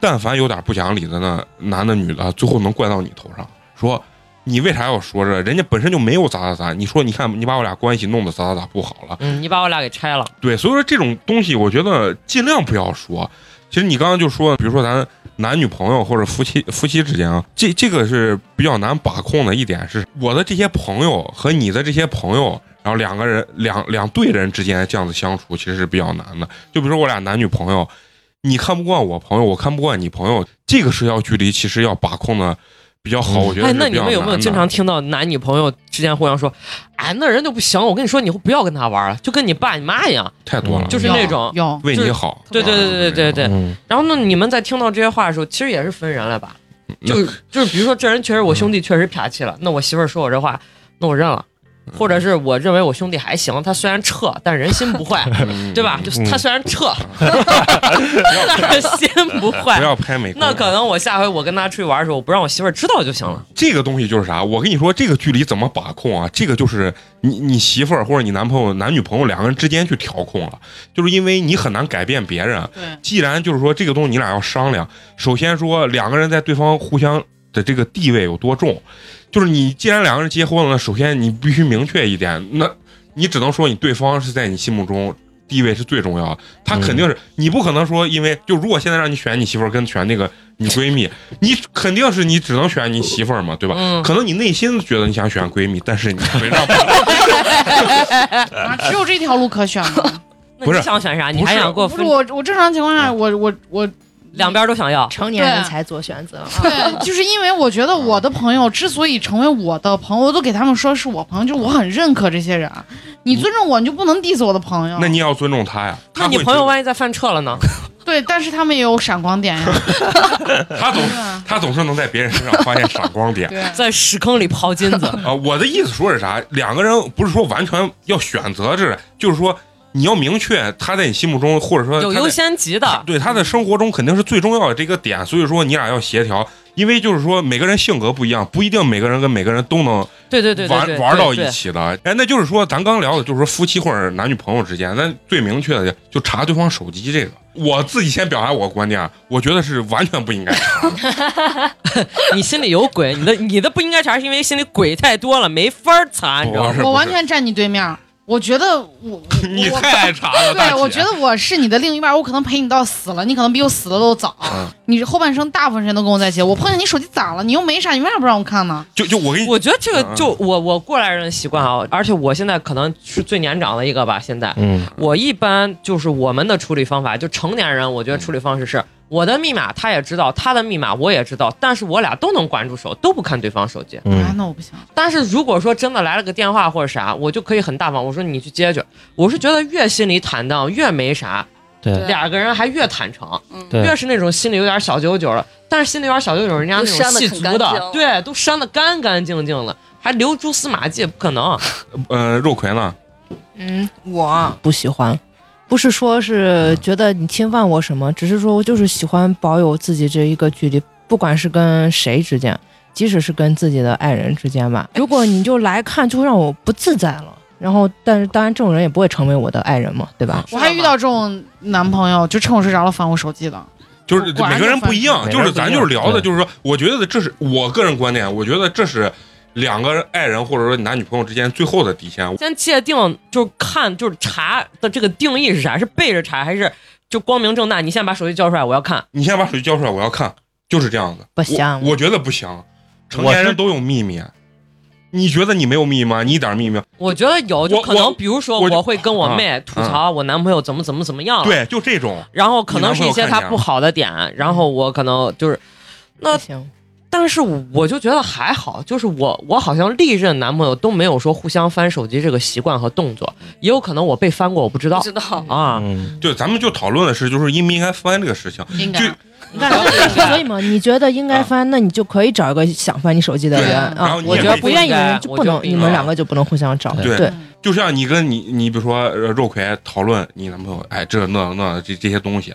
但凡有点不讲理的呢，男的女的，最后能怪到你头上，说你为啥要说这？人家本身就没有咋咋咋，你说你看你把我俩关系弄得咋咋咋不好了，嗯，你把我俩给拆了，对，所以说这种东西，我觉得尽量不要说。其实你刚刚就说，比如说咱男女朋友或者夫妻夫妻之间啊，这这个是比较难把控的一点是，我的这些朋友和你的这些朋友，然后两个人两两对人之间这样子相处，其实是比较难的。就比如说我俩男女朋友，你看不惯我朋友，我看不惯你朋友，这个社交距离其实要把控的比较好，嗯我觉得哎是，比较那难你的。们有没有经常听到男女朋友之间互相说，哎，那人就不行，我跟你说，你以后不要跟他玩了，就跟你爸你妈一样，太多了，嗯就是那种。有为就是你好。对对对对对对，嗯然后呢，你们在听到这些话的时候，其实也是分人了吧？那嗯就就是比如说，这人确实我兄弟确实撇气了，那我媳妇儿说我这话，那我认了。或者是我认为我兄弟还行，他虽然撤，但人心不 坏，嗯对吧？就是他虽然撤， 但是心不坏。不要拍美工那可能我下回我跟他出去玩的时候，我不让我媳妇儿知道就行了。这个东西就是啥？我跟你说，这个距离怎么把控啊？这个就是你你媳妇儿或者你男朋友、男女朋友两个人之间去调控了，就是因为你很难改变别人。啊对，既然就是说这个东西你俩要商量，首先说两个人在对方互相的这个地位有多重，就是你既然两个人结婚了，首先你必须明确一点，那你只能说你对方是在你心目中。地位是最重要的，他肯定是、你不可能说，因为就如果现在让你选你媳妇儿跟选那个女闺蜜，你肯定是你只能选你媳妇儿嘛，对吧？嗯可能你内心觉得你想选闺蜜，但是你没让啊，只有这条路可选 吗？那不你是想选啥？你不还是想给我不是分？嗯我，我正常情况下，我我我两边都想要。成年人对才做选择啊。 对，就是因为我觉得我的朋友之所以成为我的朋友，我都给他们说是我朋友，就是我很认可这些人。你尊重我，你就不能 diss 我的朋友。那你也要尊重她呀。那她你会朋友觉万一再犯撤了 呢？对，但是他们也有闪光点呀。得她总对啊她总是能在别人身上发现闪光点。对，在屎坑里刨金 子。啊，我的意思说是啥？两个人不是说完全要选择制，就是说你要明确她在你心目中，或者说有她在优先级的，对他在生活中肯定是最重要的这个点，所以说你俩要协调，因为就是说每个人性格不一样，不一定每个人跟每个人都能对对对对玩对，玩到对一。起的。哎，那就是说咱刚聊的，就是说夫妻或者男女朋友之间，那最明确的就查对方手机这个。我自己先表达我的观点啊，我觉得是完全不应该查。对你心里有鬼，你的你的不应该查，是因为心里鬼太多了，没法查，你知道不吗？是我完全站你对面。我觉得我， 你太爱查了，大对姐我觉得我是你的另一半，我可能陪你到死了，你可能比我死的都早。嗯你后半生大部分时间都跟我在一起，我碰见你手机咋了？你又没啥，你为啥不让我看呢？就就我跟你，我觉得嗯这个嗯就我我过来人的习惯啊，而且我现在可能是最年长的一个吧。现在嗯我一般就是我们的处理方法，就成年人，我觉得处理方式是我的密码他也知道，他的密码我也知道，但是我俩都能管住手，都不看对方手机。啊，嗯，那我不行。但是如果说真的来了个电话或者啥，我就可以很大方，我说你去接去。我是觉得越心里坦荡越没啥，对俩个人还越坦诚。对越是那种心里有点小九九了，但是心里有点小九九，人家那都种删得细很足干的净，对，都删的干干净净的，还留蛛丝马迹，不可能。呃，肉葵呢？嗯，我不喜欢，不是说是觉得你侵犯我什么，只是说我就是喜欢保有自己这一个距离，不管是跟谁之间，即使是跟自己的爱人之间吧。如果你就来看，就会让我不自在了。然后，但是当然，这种人也不会成为我的爱人嘛，对吧？嗯我还遇到这种男朋友，就趁我睡着了翻我手机的。就是果然每个人就翻不一样，每就个人是不一咱样就是聊的，对就是说，我觉得这是我个人观点，我觉得这是两个人爱人或者说男女朋友之间最后的底线。先界定就是看就是查的这个定义是啥，是背着查还是就光明正大？你先把手机交出来，我要看。你先把手机交出来，我要看，就是这样的。不行我我觉得不行，成年我人是都有秘密。你觉得你没有秘密吗？你一点秘密没有。我觉得有，就我可我能比如说我就我会跟我妹吐槽我男朋友怎么怎么怎么哦样了，对，就这种，然后可能是一些他不好的点，然后我可能就是那不行，但是我就觉得还好，就是我我好像历任男朋友都没有说互相翻手机这个习惯和动作，也有可能我被翻过，我不知道不知道。 啊。嗯对，咱们就讨论的是，就是应不应该翻这个事情。应该就 所以嘛，你觉得应该翻，那你就可以找一个想翻你手机的人对然啊后。你我也觉可得以不愿意的人就我不觉得能，不应你该们两个就不能互相找。对对，就像你跟你，你比如说呃肉葵讨论你男朋友，哎，这那那这这些东西，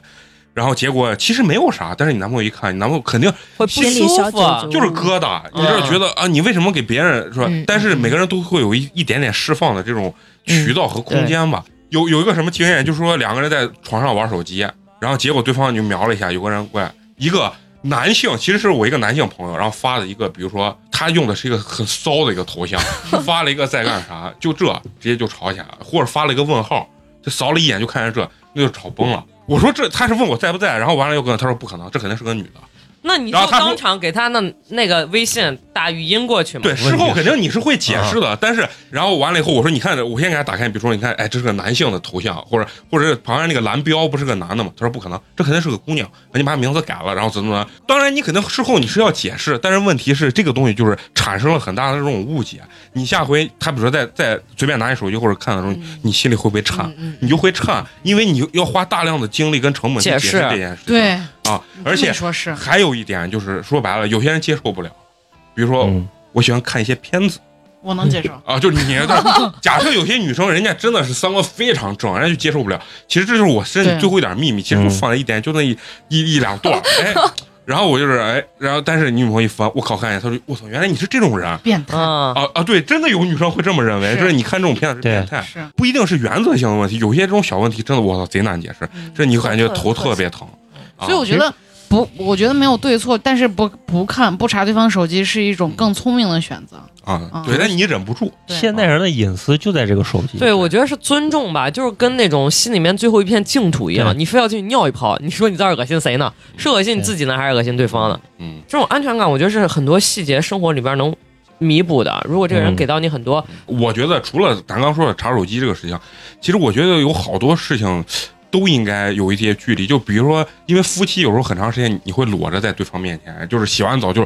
然后结果其实没有啥，但是你男朋友一看，你男朋友肯定会不心里舒小九服啊，九就是疙瘩，你就是觉得啊，你为什么给别人说嗯？但是每个人都会有一一点点释放的这种渠道和空间吧。有有一个什么经验，就是说两个人在床上玩手机，然后结果对方就瞄了一下，有个人过来，一个男性，其实是我一个男性朋友，然后发的一个，比如说他用的是一个很骚的一个头像，发了一个在干啥，就这直接就吵起来了，或者发了一个问号，就扫了一眼就看见这，那就吵崩了。我说这他是问我在不在，然后完了又跟我他说不可能，这肯定是个女的。那你就然后他说当场给他那那个微信打语音过去嘛。对，事后肯定你嗯是啊会解释的，但是然后完了以后，我说你看，我先给他打开，比如说你看，哎，这是个男性的头像，或者或者是旁边那个蓝标不是个男的吗？他说不可能，这肯定是个姑娘，你把名字改了，然后怎么怎么样。当然，你肯定事后你是要解释，但是问题是这个东西就是产生了很大的这种误解。你下回他比如说再再随便拿你手机或者看的时候，你心里会不会颤？你就会颤，因为你要花大量的精力跟成本去解嗯解释释这件事情对，啊，而这么且说是还有一点就是说白了，有些人接受不了，比如说嗯我喜欢看一些片子，我能接受。啊，就你，但假设有些女生，人家真的是三观非常正，人家就接受不了。其实这就是我身对里最后一点秘密，其实就放在一点，就那一一一两段儿，哎，然后我就是哎，然后但是你女朋友一翻，我靠，看一眼，她说我操，原来你是这种人。变 态啊啊啊！对，真的有女生会这么认为，是就是你看这种片子是变态，是不一定是原则性的问题，有些这种小问题真的我操贼难解释，这你感觉头特别疼。啊嗯所以我觉得不，我觉得没有对错，但是不不看不查对方手机是一种更聪明的选择。啊啊，对，但你忍不住，现代人的隐私就在这个手机。对，我觉得是尊重吧，就是跟那种心里面最后一片净土一样，对你非要进去尿一泡，你说你在这儿恶心谁呢？是恶心你对自己呢，还是恶心对方呢？嗯，这种安全感，我觉得是很多细节生活里边能弥补的。如果这个人给到你很多，我觉得除了咱刚说的查手机这个事情，其实我觉得有好多事情都应该有一些距离。就比如说，因为夫妻有时候很长时间你会裸着在对方面前，就是洗完澡就是，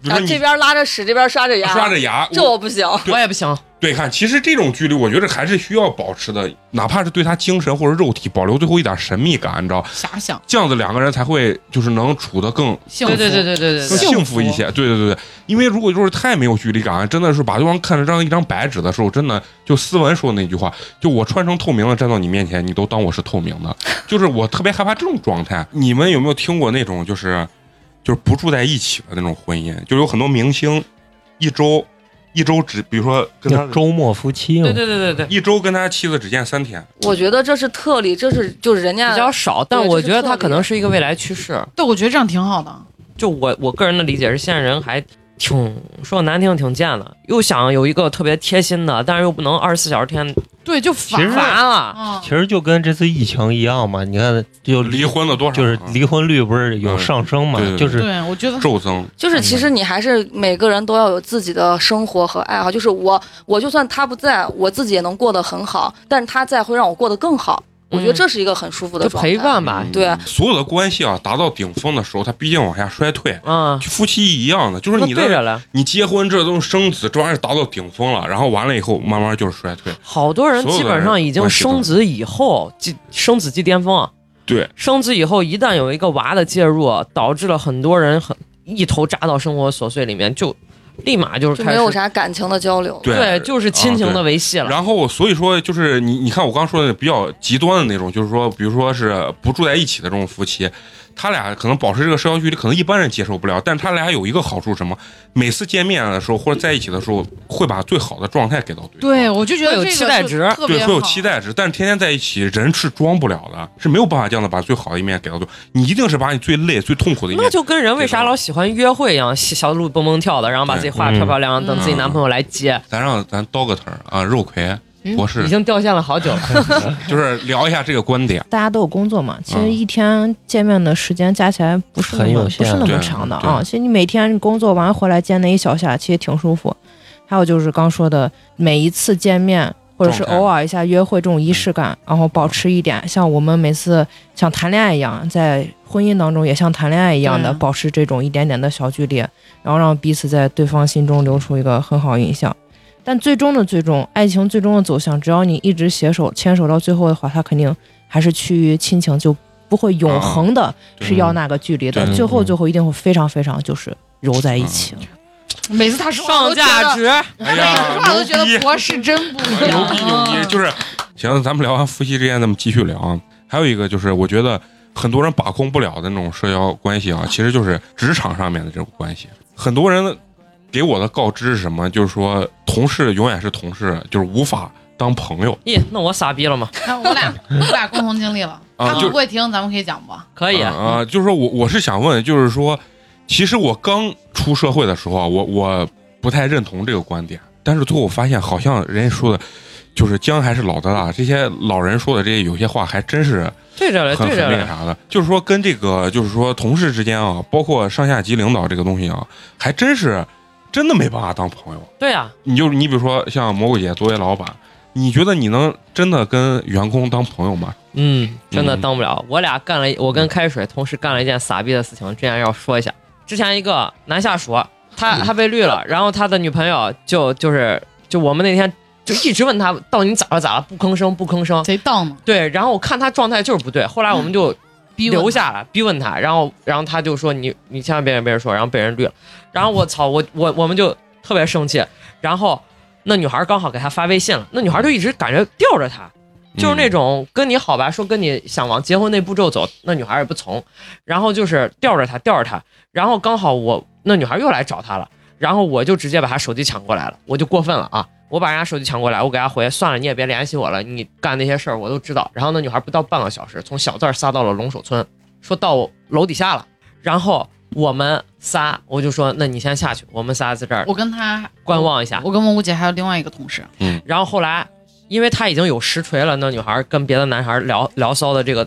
比如然说后啊这你边拉着屎，这边刷着牙，刷着牙，这我我不行。对我也不行。对看，其实这种距离我觉得还是需要保持的，哪怕是对他精神或者肉体保留最后一点神秘感，你知道，遐想，这样子两个人才会就是能处得更幸福，对对对对对更对，幸福一些。对对对对，因为如果就是太没有距离感，真的是把对方看成当一张白纸的时候，真的就斯文说的那句话，就我穿成透明的站到你面前，你都当我是透明的，就是我特别害怕这种状态。你们有没有听过那种就是就是不住在一起的那种婚姻？就有很多明星一周一周只，比如说跟他叫周末夫妻嘛对，对对对对，一周跟他妻子只见三天，我觉得这是特例，这是就是人家比较少，但我觉得它可能是一个未来趋势。对，我觉得这样挺好的。就我我个人的理解是，现在人还挺说难听挺贱的，又想有一个特别贴心的，但是又不能二十四小时天对，就其烦实了。烦了。啊其，实就跟这次疫情一样嘛。你看，就离婚了多少？就是嗯离婚率不是有上升嘛嗯对？对对就是对，我觉得骤增。就是其嗯实你还是每个人都要有自己的生活和爱好。就是我，我就算他不在，我自己也能过得很好，但是他在会让我过得更好。我觉得这是一个很舒服嗯的就状态。陪伴吧，对，嗯所有的关系啊，达到顶峰的时候，它必定往下衰退。啊，夫妻一样的，就是那嗯你的对啊着了。你结婚这都是生子，这玩意儿达到顶峰了，然后完了以后慢慢就是衰退。好多人所有的基本上已经生子以后，即生子即巅峰啊。对，生子以后一旦有一个娃的介入，啊导致了很多人很一头扎到生活琐碎里面，就立马就是就开没始有啥感情的交流。对对，就是亲情的维系了。然后所以说就是你你看我刚说的比较极端的那种，就是说比如说是不住在一起的这种夫妻，他俩可能保持这个社交距离，可能一般人接受不了，但他俩有一个好处是什么？每次见面的时候或者在一起的时候，会把最好的状态给到对方。对，我就觉得会有这个期待就值特别对，会有好期待值，但是天天在一起，人是装不了的，是没有办法这样的把最好的一面给到对方。你一定是把你最累、最痛苦的一面那就跟人为啥老喜欢约会一样，小小鹿蹦蹦跳的，然后把自己画得漂漂亮亮，等自己男朋友来接。咱让咱刀个腿儿啊，肉葵嗯博士已经掉线了好久了。就是聊一下这个观点。大家都有工作嘛，其嗯实一天见面的时间加起来不是那很么有不限是那对么长的啊对。其实你每天工作完回来见那一小下，其实挺舒服。还有就是刚说的，每一次见面或者是状态嗯偶尔一下约会这种仪式感，然后保持一点，像我们每次像谈恋爱一样，在婚姻当中也像谈恋爱一样啊的对保持这种一点点的小距离，然后让彼此在对方心中留出一个很好印象。但最终的最终，爱情最终的走向，只要你一直携手牵手到最后的话，它肯定还是趋于亲情，就不会永恒的啊对是要那个距离的对，嗯最后嗯最后一定会非常非常就是揉在一起。每次他说话我 都上觉得价，值，哎每次 说话呀，我都牛觉得逼！博士真不一牛样，嗯逼牛逼！就是，行，咱们聊完夫妻之间，咱们继续聊啊。还有一个就是，我觉得很多人把控不了的那种社交关系啊，其实就是职场上面的这种关系。很多人给我的告知是什么？就是说，同事永远是同事，就是无法当朋友。咦，那我傻逼了吗？看我俩我俩共同经历了，啊他们就不会听，咱们可以讲不？可以啊、啊就是说我我是想问，就是说，其实我刚出社会的时候啊，我我不太认同这个观点，但是最后我发现，好像人家说的，就是姜还是老的辣，这些老人说的这些有些话还真是对着了，很很哎对着那个了。啥的，就是说跟这个就是说同事之间啊，包括上下级领导这个东西啊，还真是真的没办法当朋友。对啊，你就你比如说像蘑菇姐作为老板，你觉得你能真的跟员工当朋友吗？嗯，真的嗯当不了。我俩干了一，我跟开水同时干了一件傻逼的事情，这样要说一下。之前一个男下属，他他被绿了，然后他的女朋友就就是就我们那天就一直问他到底咋了咋了，不吭声不吭声。贼荡呢，对，然后我看他状态就是不对，后来我们就逼留我下了，逼问他，然后然后他就说你你千万别跟别人说，然后被人绿了，然后我操我我我们就特别生气，然后那女孩刚好给他发微信了，那女孩就一直感觉吊着他，就是那种跟你好吧，说跟你想往结婚那步骤走，那女孩也不从，然后就是吊着他，吊着他，然后刚好我那女孩又来找他了，然后我就直接把她手机抢过来了，我就过分了啊！我把人家手机抢过来，我给她回算了，你也别联系我了，你干那些事儿我都知道。然后那女孩不到半个小时，从小寨撒到了龙首村，说到楼底下了，然后我们仨，我就说那你先下去，我们仨在这儿我跟他观望一下。我跟蘑菇姐还有另外一个同事，嗯，然后后来，因为她已经有实锤了，那女孩跟别的男孩聊聊骚的这个，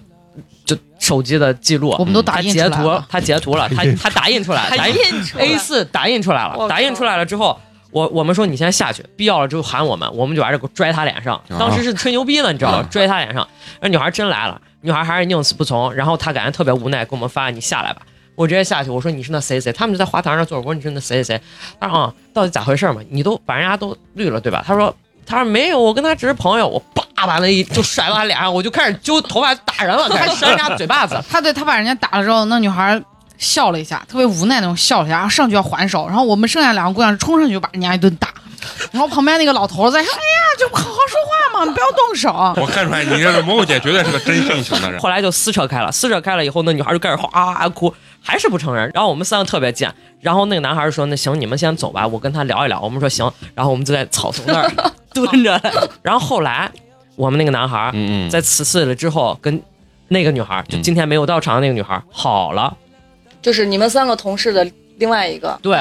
就手机的记录，啊我们都她打印出截来图了，她截图了，她她打印出来，打印嗯出 A 四打印出来我靠了，打印出来了之后。我我们说你先下去，必要了之后喊我们，我们就把这个拽他脸上。当时是吹牛逼呢，你知道吗？拽他脸上，那女孩真来了，女孩还是宁死不从。然后她感觉特别无奈，给我们发你下来吧。我直接下去，我说你是那谁谁谁，他们就在花坛上坐着。我说你是那谁谁谁，他说啊、到底咋回事嘛？你都把人家都绿了对吧？他说他说没有，我跟他只是朋友。我叭把那一就甩到他脸上，我就开始揪头发打人了，开始扇人家嘴巴子。他对他把人家打了之后，那女孩笑了一下，特别无奈那种笑了一下，然后上去要还手，然后我们剩下两个姑娘冲上去就把人家一顿打，然后旁边那个老头儿在说：“哎呀，就好好说话嘛，不要动手。我看出来你这是蘑菇姐绝对是个真性情 的人。后来就撕扯开了，撕扯开了以后，那女孩就开始哗啊啊哭，还是不承认。然后我们三个特别贱，然后那个男孩说：“那行，你们先走吧，我跟他聊一聊。”我们说行，然后我们就在草丛那儿蹲着。然后后来我们那个男孩嗯嗯，在此次了之后，跟那个女孩，就今天没有到场的那个女孩好了。就是你们三个同事的另外一个，对，”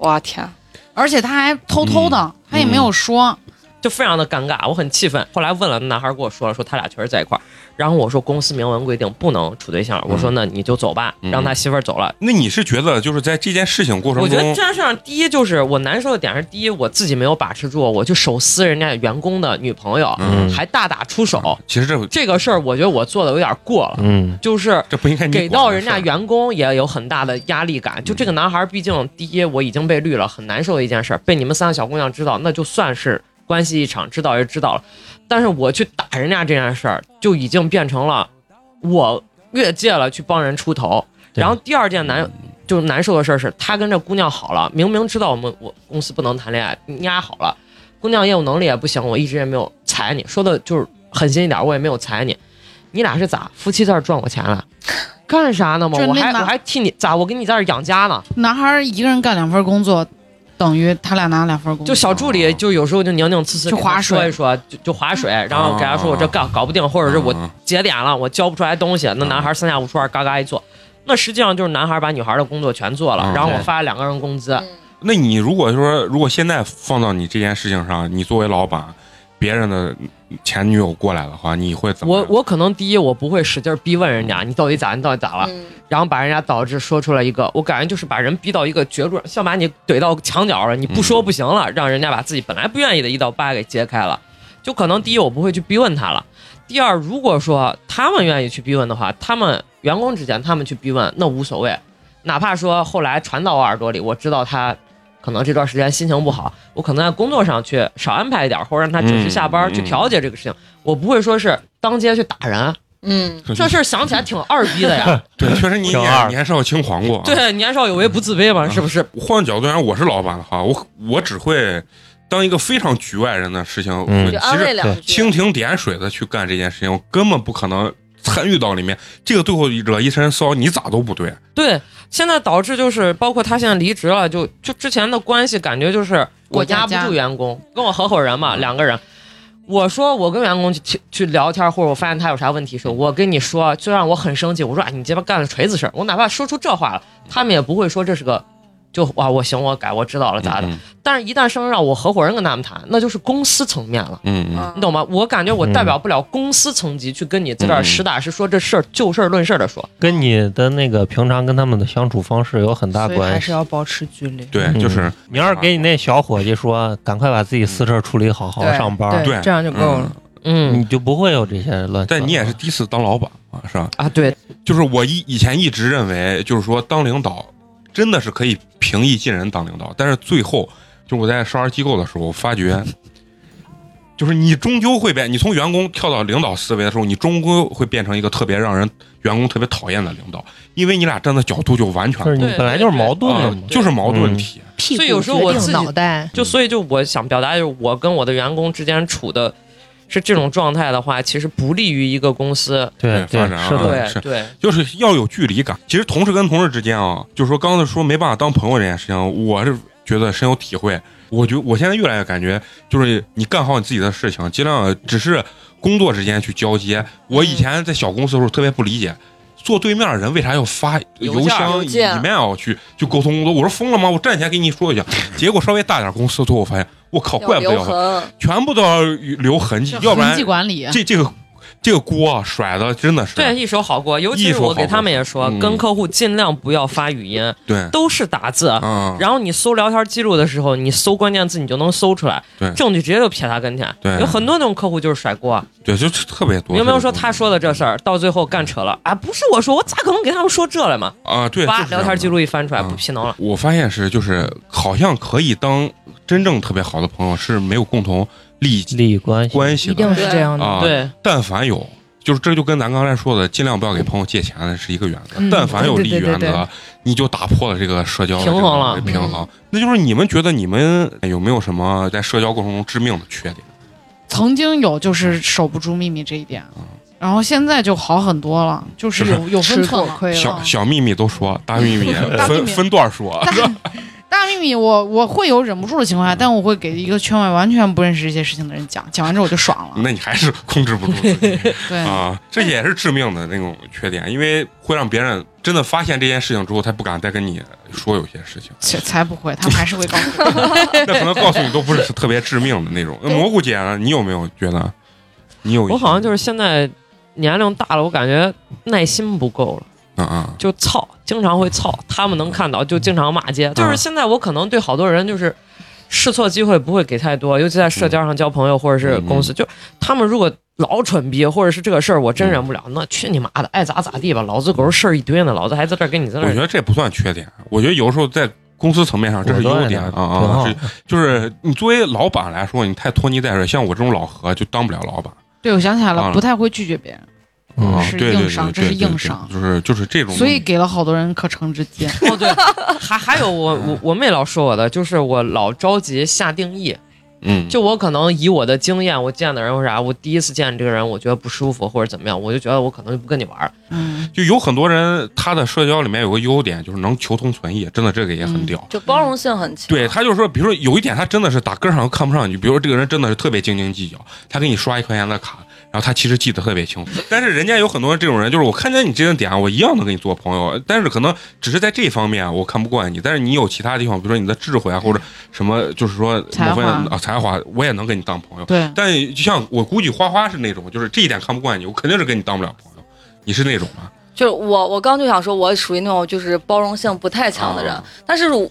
哇天，而且他还偷嗯偷的，他也没有说。就非常的尴尬，我很气愤。后来问了，那男孩跟我说了，说他俩确实在一块儿。然后我说公司明文规定不能处对象，我说那你就走吧，嗯让他媳妇儿走了。那你是觉得就是在这件事情过我程觉得中这，件事上，第一就是我难受的点是，第一我自己没有把持住，我去手撕人家员工的女朋友，嗯还大打出手，其实这这个事儿我觉得我做的有点过了，嗯，就是这不应该你给管到的人家事儿员工也有很大的压力嗯感。就这个男孩，毕竟第一我已经被绿了，很难受的一件事儿，被你们三个小姑娘知道，那就算是关系一场，知道也知道了。但是我去打人家这件事儿，就已经变成了我越界了去帮人出头。对嗯然后第二件难就是难受的事儿是，他跟这姑娘好了，明明知道我们我公司不能谈恋爱，你丫好了，姑娘业务能力也不行，我一直也没有踩你，说的就是狠心一点，我也没有踩你。你俩是咋夫妻在这儿赚我钱 了？干啥呢嘛？就是我还那我还替你咋？我给你在这儿养家呢。男孩一个人干两份工作，等于他俩拿两份工作。就啊小助理，就有时候就拧拧呲呲就给他划水说一说，就就划水，哦然后给他说我这干搞不定，或者是我嗯节点了，我交不出来东西，那哦男孩三下五除二嘎嘎一做，那实际上就是男孩把女孩的工作全做了嗯，然后我哦对发了两个人工资，那你如果说，如果现在放到你这件事情上，你作为老板，别人的前女友过来的话，你会怎么我样？我可能第一我不会使劲逼问人家你到底咋，你到底咋了，嗯，然后把人家导致说出来一个，我感觉就是把人逼到一个绝路，像把你怼到墙角了，你不嗯说不行了，让人家把自己本来不愿意的一道疤给揭开了。就可能第一我不会去逼问他了，第二如果说他们愿意去逼问的话，他们员工之间他们去逼问那无所谓，哪怕说后来传到我耳朵里，我知道他可能这段时间心情不好，我可能在工作上去少安排一点，或者让他准时下班、嗯去调节这个事情，我不会说是当街去打人，啊嗯，这事儿想起来挺二逼的呀。对，确实你挺年二你还是要轻狂过、啊。，对，年少有为不自卑嘛，是不是？换个角度来讲，我是老板的话，我我只会当一个非常局外人的事情，嗯我就其安慰实两句，蜻蜓点水的去干这件事情，我根本不可能参与到里面。这个最后惹一身骚，你咋都不对。对，现在导致就是，包括他现在离职了，就就之前的关系感觉就是我过家压不家住员工，跟我合伙人嘛，两个人。我说我跟员工去去去聊天，或者我发现他有啥问题时候，我跟你说，虽然我很生气，我说啊、你这边干了锤子事儿，我哪怕说出这话了，他们也不会说这是个，就哇我行我改我知道了咋的。嗯但是，一旦升让我合伙人跟他们谈，那就是公司层面了。嗯嗯你懂吗？我感觉我代表不了公司层级去跟你在这儿实打实说这事儿，就事儿论事儿的说。跟你的那个平常跟他们的相处方式有很大所以还关系是。要保持距离。对，嗯就是你要是给你那小伙计说，赶快把自己私事儿处理好，好好对上班，对这样就够了。嗯你就不会有这些乱七八糟。但你也是第一次当老板嘛，是吧？啊，对，就是我以以前一直认为，就是说当领导真的是可以平易近人当领导，但是最后就是我在少儿机构的时候，我发觉，就是你终究会变，你从员工跳到领导思维的时候，你终究会变成一个特别让人员工特别讨厌的领导，因为你俩站的角度就完全不是同你本来就是矛盾的啊嘛，就是矛盾体。屁股所以有时候我决定自己脑袋，就所以就我想表达就是，我跟我的员工之间处的是这种状态的话，其实不利于一个公司。对发对呃对展啊是的，对是对，就是要有距离感。其实同事跟同事之间啊，就是说刚才说没办法当朋友这件事情，我是觉得深有体会。我觉得我现在越来越感觉，就是你干好你自己的事情，尽量只是工作之间去交接。我以前在小公司的时候特别不理解。坐对面的人为啥要发邮邮件箱、邮件 email 去就沟通工作？我说疯了吗？我站起来跟你说一下。结果稍微大点公司，最后发现，我靠，怪不得留要发痕，全部都要留痕迹这，要不然痕迹管理，这这个这个锅啊甩的真的是对，一手好过，尤其一是手好我给过他们也说，嗯跟客户尽量不要发语音， 对都是打字。嗯，然后你搜聊天记录的时候，你搜关键字，你就能搜出来对，证据直接就撇他跟前。对有很多那种客户就是甩锅，对，就特别多。你有没有特说别多他说的这事儿，到最后干扯了啊？不是我说，我咋可能给他们说这了嘛？啊？对，哇，就是这聊样天的记录一翻出来，嗯不皮囊了。我发现是就是好像可以当真正特别好的朋友是没有共同利益利益关系，关一系的定是这样的。啊。，对，但凡有。就是这就跟咱刚才说的，尽量不要给朋友借钱是一个原则。嗯但凡有对利益对对原对则，你就打破了这个社交的平这衡个了嗯平衡。那就是你们觉得你们有没有什么在社交过程中致命的缺点？曾经有就是守不住秘密这一点，然后现在就好很多了，就是是有有分寸吃过了。亏小啊了，小秘密都说，大秘密 大秘分密分段说。大秘密我我会有忍不住的情况下，但我会给一个圈外完全不认识这些事情的人讲，讲完之后我就爽了。 那你还是控制不住自己。对，，嗯啊，这也是致命的那种缺点，因为会让别人真的发现这件事情之后，他不敢再跟你说有些事情 才才不会，他们还是会告诉我。那可能告诉你都不是特别致命的那种。那蘑菇姐呢？你有没有觉得你有一些？我好像就是现在年龄大了，我感觉耐心不够了。啊啊，就操，经常会操，他们能看到就经常骂街。就是现在我可能对好多人就是试错机会不会给太多，尤其在社交上交朋友或者是公司，就他们如果老蠢逼或者是这个事儿我真忍不了，那去你妈的，爱咋咋地吧，老子狗事儿一堆呢，老子还在这儿跟你在那我觉儿。得这不算缺点，我觉得有时候在。公司层面上，这是优点啊果啊！断是的就是你作为老板来说，你太拖泥带水，像我这种老何就当不了老板对，我想起来啊了，不太会拒绝别人，嗯啊！嗯是对对硬对伤对，这是对硬对伤就是就是这种。所以给了好多人可乘之机。哦对，还还有我我我妹老说我的，就是我老着急下定义，嗯，就我可能以我的经验，我见的人或啥，我第一次见这个人，我觉得不舒服或者怎么样，我就觉得我可能就不跟你玩儿。嗯，就有很多人，他的社交里面有个优点，就是能求同存异，真的这个也很嗯屌。就包容性很强。对，他就是说，比如说有一点，他真的是打根儿上看不上你，比如说这个人真的是特别斤斤计较，他给你刷一块钱的卡，然后他其实记得特别清 楚，但是人家有很多人这种人，就是我看见你这个点，我一样能跟你做朋友，但是可能只是在这方面我看不惯你，但是你有其他地方，比如说你的智慧啊，或者什么，就是说才某华方面啊才华，我也能跟你当朋友。对，但就像我估计花花是那种，就是这一点看不惯你，我肯定是跟你当不了朋友，你是那种吗？就是我，我刚就想说，我属于那种就是包容性不太强的人，啊但是我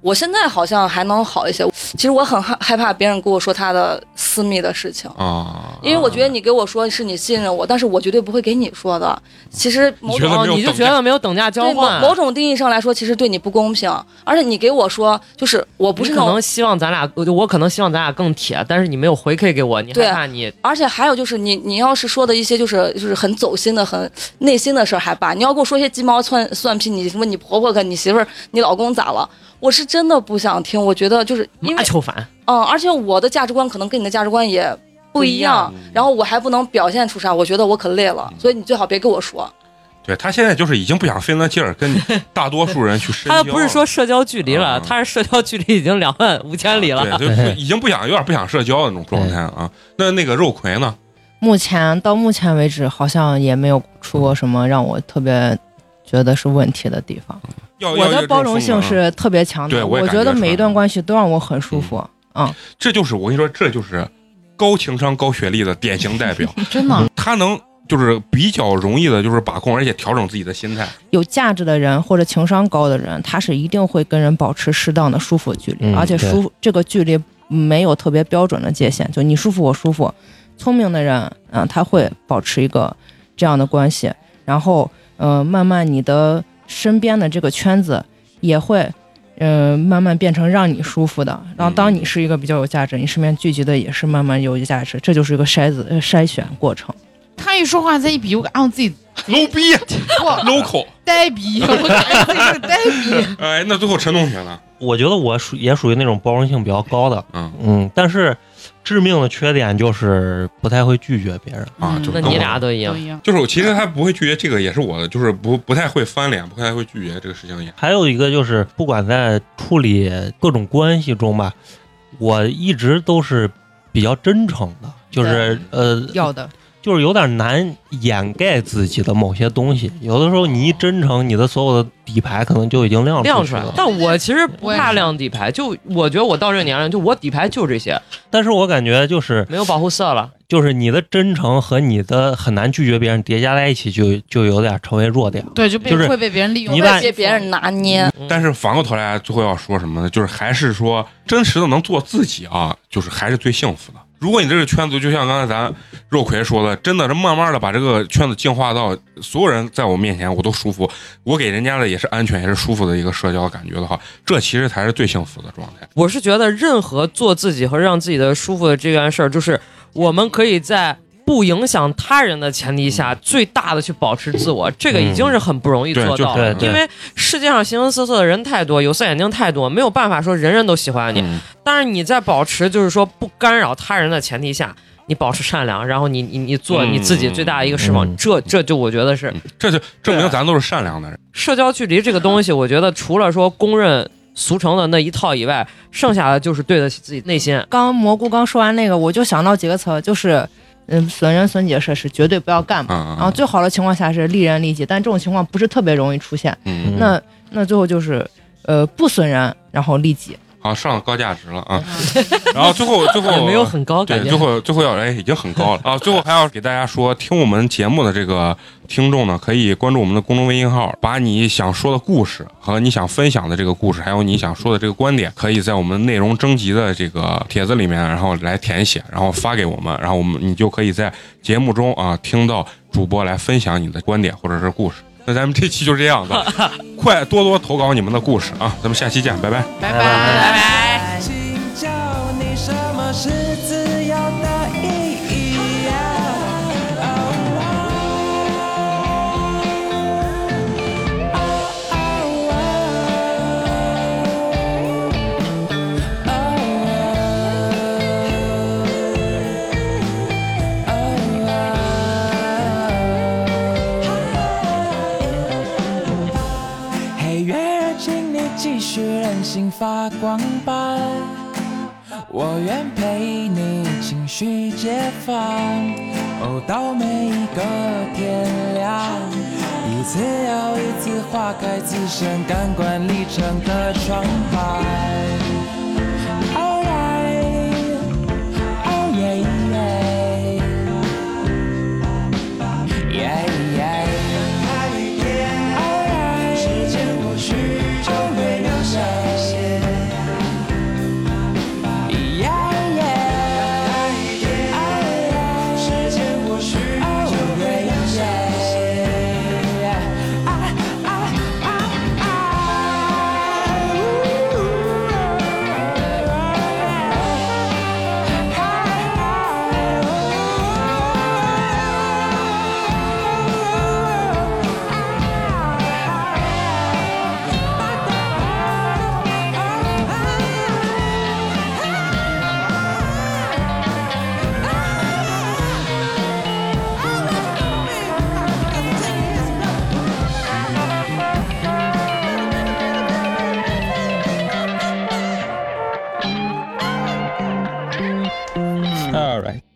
我现在好像还能好一些。其实我很害害怕别人跟我说他的私密的事情。啊，因为我觉得你给我说是你信任我，但是我绝对不会给你说的。其实某觉种得没哦，有你就等觉价得没有等价交对某换，某种定义上来说，其实对你不公平。而且你给我说，就是我不你是可那种能希望咱俩，我我可能希望咱俩更铁，但是你没有回馈给我，你对害怕你而且还有就是你，你要是说的一些就是就是很走心的、很内心的事儿还罢，你要跟我说一些鸡毛蒜蒜皮，你什么你婆婆跟你媳妇儿、你老公咋了？我是真的不想听，我觉得就是因马为秋凡，嗯，而且我的价值观可能跟你的价值观也不不一一样样，嗯然后我还不能表现出啥，我觉得我可累了，所以你最好别跟我说。对他现在就是已经不想费那劲儿跟大多数人去深 他交。不是说社交距离了，嗯他是社交距离已经两万五千里了。对，就不已经不想，有点不想社交的那种状态啊。那那个肉葵呢？目前到目前为止，好像也没有出过什么让我特别觉得是问题的地方。要我哦要有的这种包容性风格啊是特别强对的，我也我感觉啊嗯觉得出来每一段关系都让我很舒服。这就是我跟你说，这就是高情商、高学历的典型代表。真啊的，他能就是比较容易的，就是把控，而且调整自己的心态。有价值的人或者情商高的人，他是一定会跟人保持适当的舒服距离，嗯而且舒这个距离没有特别标准的界限，就你舒服我舒服。聪明的人，嗯、他会保持一个这样的关系，然后，呃，慢慢你的身边的这个圈子也会。呃，慢慢变成让你舒服的。然后，当你是一个比较有价值，你身边聚集的也是慢慢有价值，这就是一个筛子呃筛选过程。他一说话，再一比，我感觉我自己 low 逼，local 呆逼，我感觉自己是个呆逼。哎，那最后陈同学呢？我觉得我属也属于那种包容性比较高的，嗯但是致命的缺点就是不太会拒绝别人。 啊，就是嗯那跟你我俩都一样都，一样。就是我其实他不会拒绝这个，也是我的，就是不不太会翻脸，不太会拒绝这个事情也。还有一个就是，不管在处理各种关系中吧，我一直都是比较真诚的，就是呃，要的，就是有点难掩盖自己的某些东西。有的时候你一真诚，你的所有的底牌可能就已经亮亮出出去来了了。。但我其实不我也怕是亮底牌，就我觉得我到这个年龄，就我底牌就这些，但是我感觉就是没有保护色了。就是你的真诚和你的很难拒绝别人叠加在一起就，就有点成为弱点。对，就被就是会被别人利用，你会把被别人拿嗯捏。但是反过头来，啊最后要说什么呢？就是还是说真实的能做自己啊，就是还是最幸福的。如果你这个圈子就像刚才咱肉葵说的，真的是慢慢的把这个圈子净化到所有人在我面前我都舒服，我给人家的也是安全也是舒服的一个社交感觉的话，这其实才是最幸福的状态。我是觉得任何做自己和让自己的舒服的这件事儿，就是我们可以在不影响他人的前提嗯下，最大的去保持自我，这个已经是很不容易嗯对做就到是了。对对因为世界上形形色色的人太多，有色眼镜太多，没有办法说人人都喜欢你。嗯但是你在保持就是说不干扰他人的前提下，你保持善良，然后你你你做嗯你自己最大的一个释放，嗯这这就我觉得是这就证明咱都是善良的人。社交距离这个东西，我觉得除了说公认俗成的那一套以外，剩下的就是对得起自己内心。刚蘑菇刚说完那个，我就想到几个词儿，就是嗯，损人损己的事是绝对不要干嘛。嗯嗯然后最好的情况下是利人利己，但这种情况不是特别容易出现。嗯，那那最后就是呃不损人，然后利己。好，上了高价值了 啊。嗯然后最后最哦也后没有很高对，感觉最。后最后要哎，已经很高了啊！最后还要给大家说，听我们节目的这个听众呢，可以关注我们的公众微信号，把你想说的故事和你想分享的这个故事，还有你想说的这个观点，可以在我们内容征集的这个帖子里面，然后来填写，然后发给我们，然后我们你就可以在节目中啊听到主播来分享你的观点或者是故事。那咱们这期就这样子，快多多投稿你们的故事啊！咱们下期见，拜拜。拜拜拜。请教你什么是自由的意义呀、哦哦哦哦哦哦嘿，月儿，请你继续任性发光吧，我愿陪你情绪解放。哦，到每一个天亮，一次又一次划开自身感官历程的窗台。Alright, oh yeah yeah, yeah yeah. 时间过去就没留下些。时间过去就没留下些。 All right.